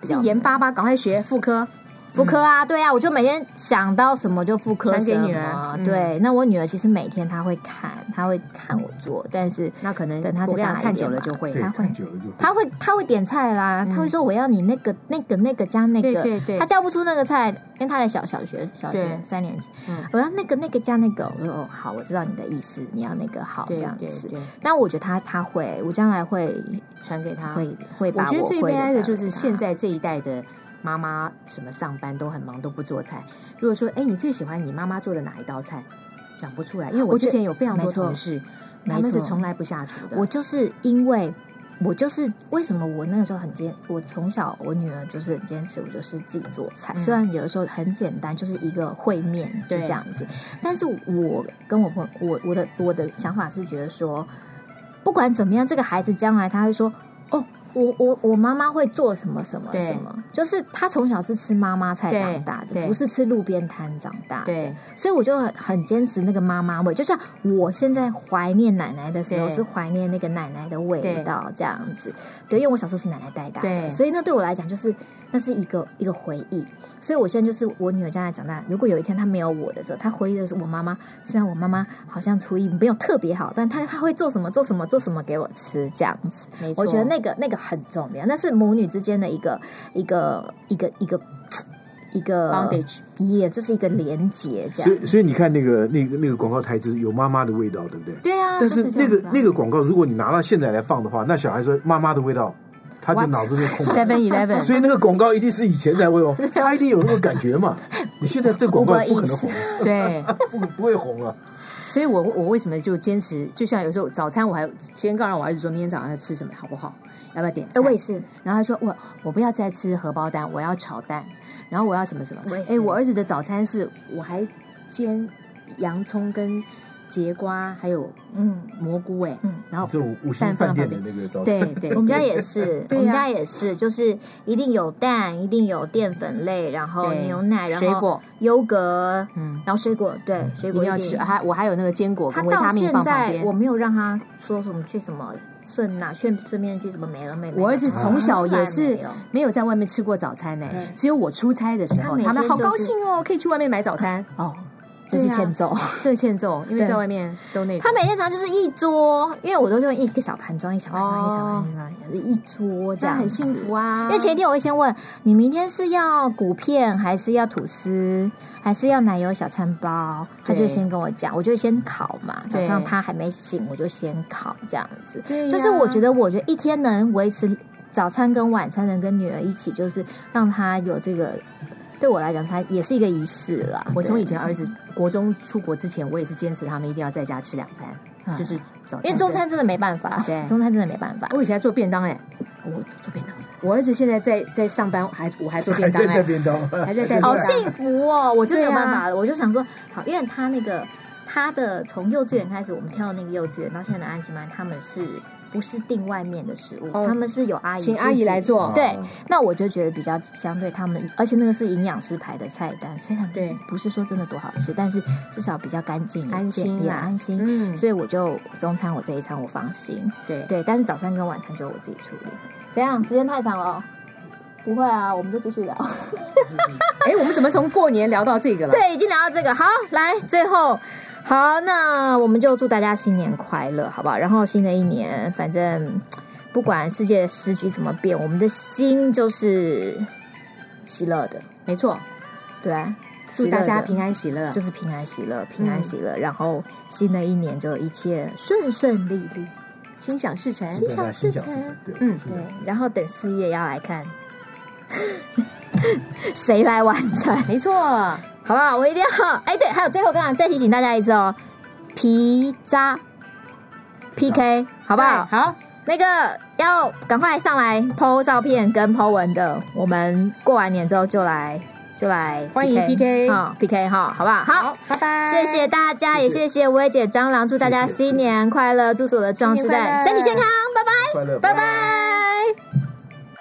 D: 比
C: 自
D: 较
C: 己研发吧，赶快学妇科。
D: 妇科啊，对啊，我就每天想到什么就妇科
C: 嗯传给
D: 什么
C: 女儿嗯
D: 对，那我女儿其实每天她会看，她会看我做，但是
C: 那可能
D: 等她
C: 我跟
D: 再
C: 你
D: 大
C: 讲
D: 一
C: 看
D: 点
C: 久了
D: 吧
C: 就会。
E: 对，
D: 他会
E: 看久了就
D: 她会她会点菜啦，她会说我要你那个那个那个加那个，
C: 嗯对对对
D: 她叫不出那个菜，因为她在小小学小学
C: 对
D: 三年级，
C: 嗯
D: 我要那个那个加那个，我说哦好，我知道你的意思，你要那个好这
C: 对
D: 样
C: 对
D: 子。
C: 对，
D: 但我觉得她她会，我将来会
C: 传给他。
D: 会会把
C: 我觉得最
D: 会
C: 悲哀的
D: 带
C: 就是
D: 给她
C: 现在这一代的妈妈，什么上班都很忙，都不做菜。如果说，哎，你最喜欢你妈妈做的哪一道菜？讲不出来，因为我
D: 我觉
C: 之前有非常
D: 没
C: 多
D: 错
C: 同事，
D: 没
C: 他们是
D: 错
C: 从来不下厨的。
D: 我就是因为我就是为什么我那个时候很坚，我从小我女儿就是很坚持，我就是自己做菜。
C: 嗯
D: 虽然有的时候很简单，就是一个烩面就
C: 对
D: 这样子，但是我跟我朋友，我我的我的想法是觉得说，不管怎么样，这个孩子将来他会说哦。我我我妈妈会做什么什么
C: 对
D: 什么，就是他从小是吃妈妈菜
C: 对
D: 长大的，
C: 对
D: 不是吃路边摊长大的。
C: 对
D: 所以我就很很坚持那个妈妈味，就像我现在怀念奶奶的时候，
C: 对
D: 是怀念那个奶奶的味道这样子。对，因为我小时候是奶奶带大的，
C: 对
D: 所以那对我来讲就是那是一个一个回忆。所以我现在就是我女儿将来长大，如果有一天她没有我的时候，她回忆的是我妈妈。虽然我妈妈好像厨艺没有特别好，但她她会做什么做什么做什么给我吃这样子。
C: 没错，
D: 我觉得那个那个很重要，那是母女之间的一个一个一个一个一个
C: bondage
D: 也就是一个连结这
E: 所
D: 样。
E: 以所以你看那个那个那个广告台词有妈妈的味道，对不对？
D: 对啊，
E: 但是
D: 就
E: 那
D: 这样
E: 个
D: 子啊
E: 那个广告，如果你拿到现在来放的话，那小孩说妈妈的味道，他就
D: What？
E: 脑子就空白。
C: Seven Eleven
E: 所以那个广告一定是以前才会哦，他一定有那个感觉嘛。你现在这广告
D: Uber
E: 不可能红，
C: 对，
E: 不不会红了。
C: 所以我我为什么就坚持？就像有时候早餐我还先告诉我儿子说，明天早上要吃什么好不好？要不要点菜？
D: 哎，我也是，
C: 然后他说我我不要再吃荷包蛋，我要炒蛋，然后我要什么什么
D: 我也。是
C: 哎，我儿子的早餐是我还煎洋葱跟节瓜还有
D: 嗯，
C: 蘑菇哎，
D: 嗯
C: 然后
E: 这种五星饭店的那个早餐，
C: 对对
D: 我们家也是，我
C: 对啊
D: 们家也是，就是一定有蛋，一定有淀粉类，然后
C: 对
D: 牛奶，然后
C: 水果，
D: 优格，
C: 嗯，
D: 然后水果，对，水
C: 一
D: 果
C: 定要
D: 定
C: 吃。啊还我还有那个坚果
D: 他
C: 跟维
D: 到
C: 他命
D: 现
C: 放旁
D: 在
C: 边
D: 我。没有让他说什么去什么顺哪顺顺便去什么美而美。
C: 我儿子从小也
D: 啊从来没
C: 是
D: 有
C: 没有在外面吃过早餐呢、
D: 对
C: 只有我出差的时
D: 他
C: 候，
D: 每
C: 他们
D: 天
C: 好
D: 就是
C: 高兴哦，可以去外面买 早餐。
D: 哦，这是
C: 对啊
D: 欠揍。
C: 这欠揍，因为
D: 对
C: 在外面都那个。
D: 他每天早上就是一桌，因为我都用一个小盘装，一小盘装，一小盘装，一桌这
C: 这
D: 样
C: 样
D: 子
C: 很幸福啊，
D: 因为前一天我会先问你，明天是要骨片还是要吐司，还是要奶油小餐包？他
C: 对
D: 就先跟我讲，我就先烤嘛。早
C: 对
D: 上他还没醒，我就先烤这样子。
C: 对呀
D: 就是我觉得，我觉得一天能维持早餐跟晚餐能跟女儿一起，就是让她有这个，对我来讲，她也是一个仪式啦。
C: 我从
D: 对
C: 以前儿子国中出国之前，我也是坚持他们一定要在家吃两餐，
D: 嗯
C: 就是早餐。
D: 因为中，餐真的没办法，
C: 对
D: 中餐真的没办法。
C: 我以前还做便当哎、
D: 我做便当。
C: 我儿子现在在在上班，还我还做
E: 还
C: 便当
E: 在
C: 哎、
E: 带便当，
C: 还在带便当
D: 好幸福哦！我就没有
C: 对啊
D: 办法了，我就想说，好，因为他那个他的从幼稚园开始，我们跳到那个幼稚园到现在的安琪班，他们是不是订外面的食物？
C: 哦
D: 他们是有阿姨
C: 请
D: 自
C: 阿姨
D: 己
C: 来做
D: 对，那我就觉得比较相对他们，而且那个是营养师排的菜单，所以他们
C: 对
D: 不是说真的多好吃，但是至少比较干净也健、
C: 安心
D: 也
C: 啦
D: 安心。
C: 嗯
D: 所以我就中餐我这一餐我放心，
C: 对
D: 对，但是早餐跟晚餐就我自己处理。怎样？时间太长了哦？不会啊，我们就继续聊。
C: 哎、我们怎么从过年聊到这个了？
D: 对，已经聊到这个，好，来最后。好，那我们就祝大家新年快乐，好不好？然后新的一年，反正不管世界时局怎么变，我们的心就是喜乐的，
C: 没错，
D: 对啊，
C: 祝大家平
D: 安，
C: 安喜乐
D: 就。是平安喜乐，平安喜乐。然后新的一年就一切顺顺利利，
C: 心想事成。
D: 心想事
E: 心
D: 成
E: 想事成，对，
C: 嗯
E: 心
D: 对
E: 想事成。。
D: 然后等四月要来看 谁来晚餐。
C: 没错，
D: 好不好？我一定要。哎，对，还有最后，刚刚再提醒大家一次哦，皮扎 PK，好
C: 好
D: 不好？
C: 好，
D: 那个要赶快上来 PO 照片跟 PO 文的，我们过完年之后就来就来
C: 欢迎 PK
D: 哈 PK 哈，好不好？好。
C: 好，拜拜，
D: 谢谢大家，
E: 谢谢
D: 也谢谢薇姐、蟑螂，祝大家
E: 谢谢
D: 新年快乐，祝所有的壮士
C: 新年
D: 代
C: 快乐
D: 身体健康，拜拜，
E: 快乐，
D: 拜拜。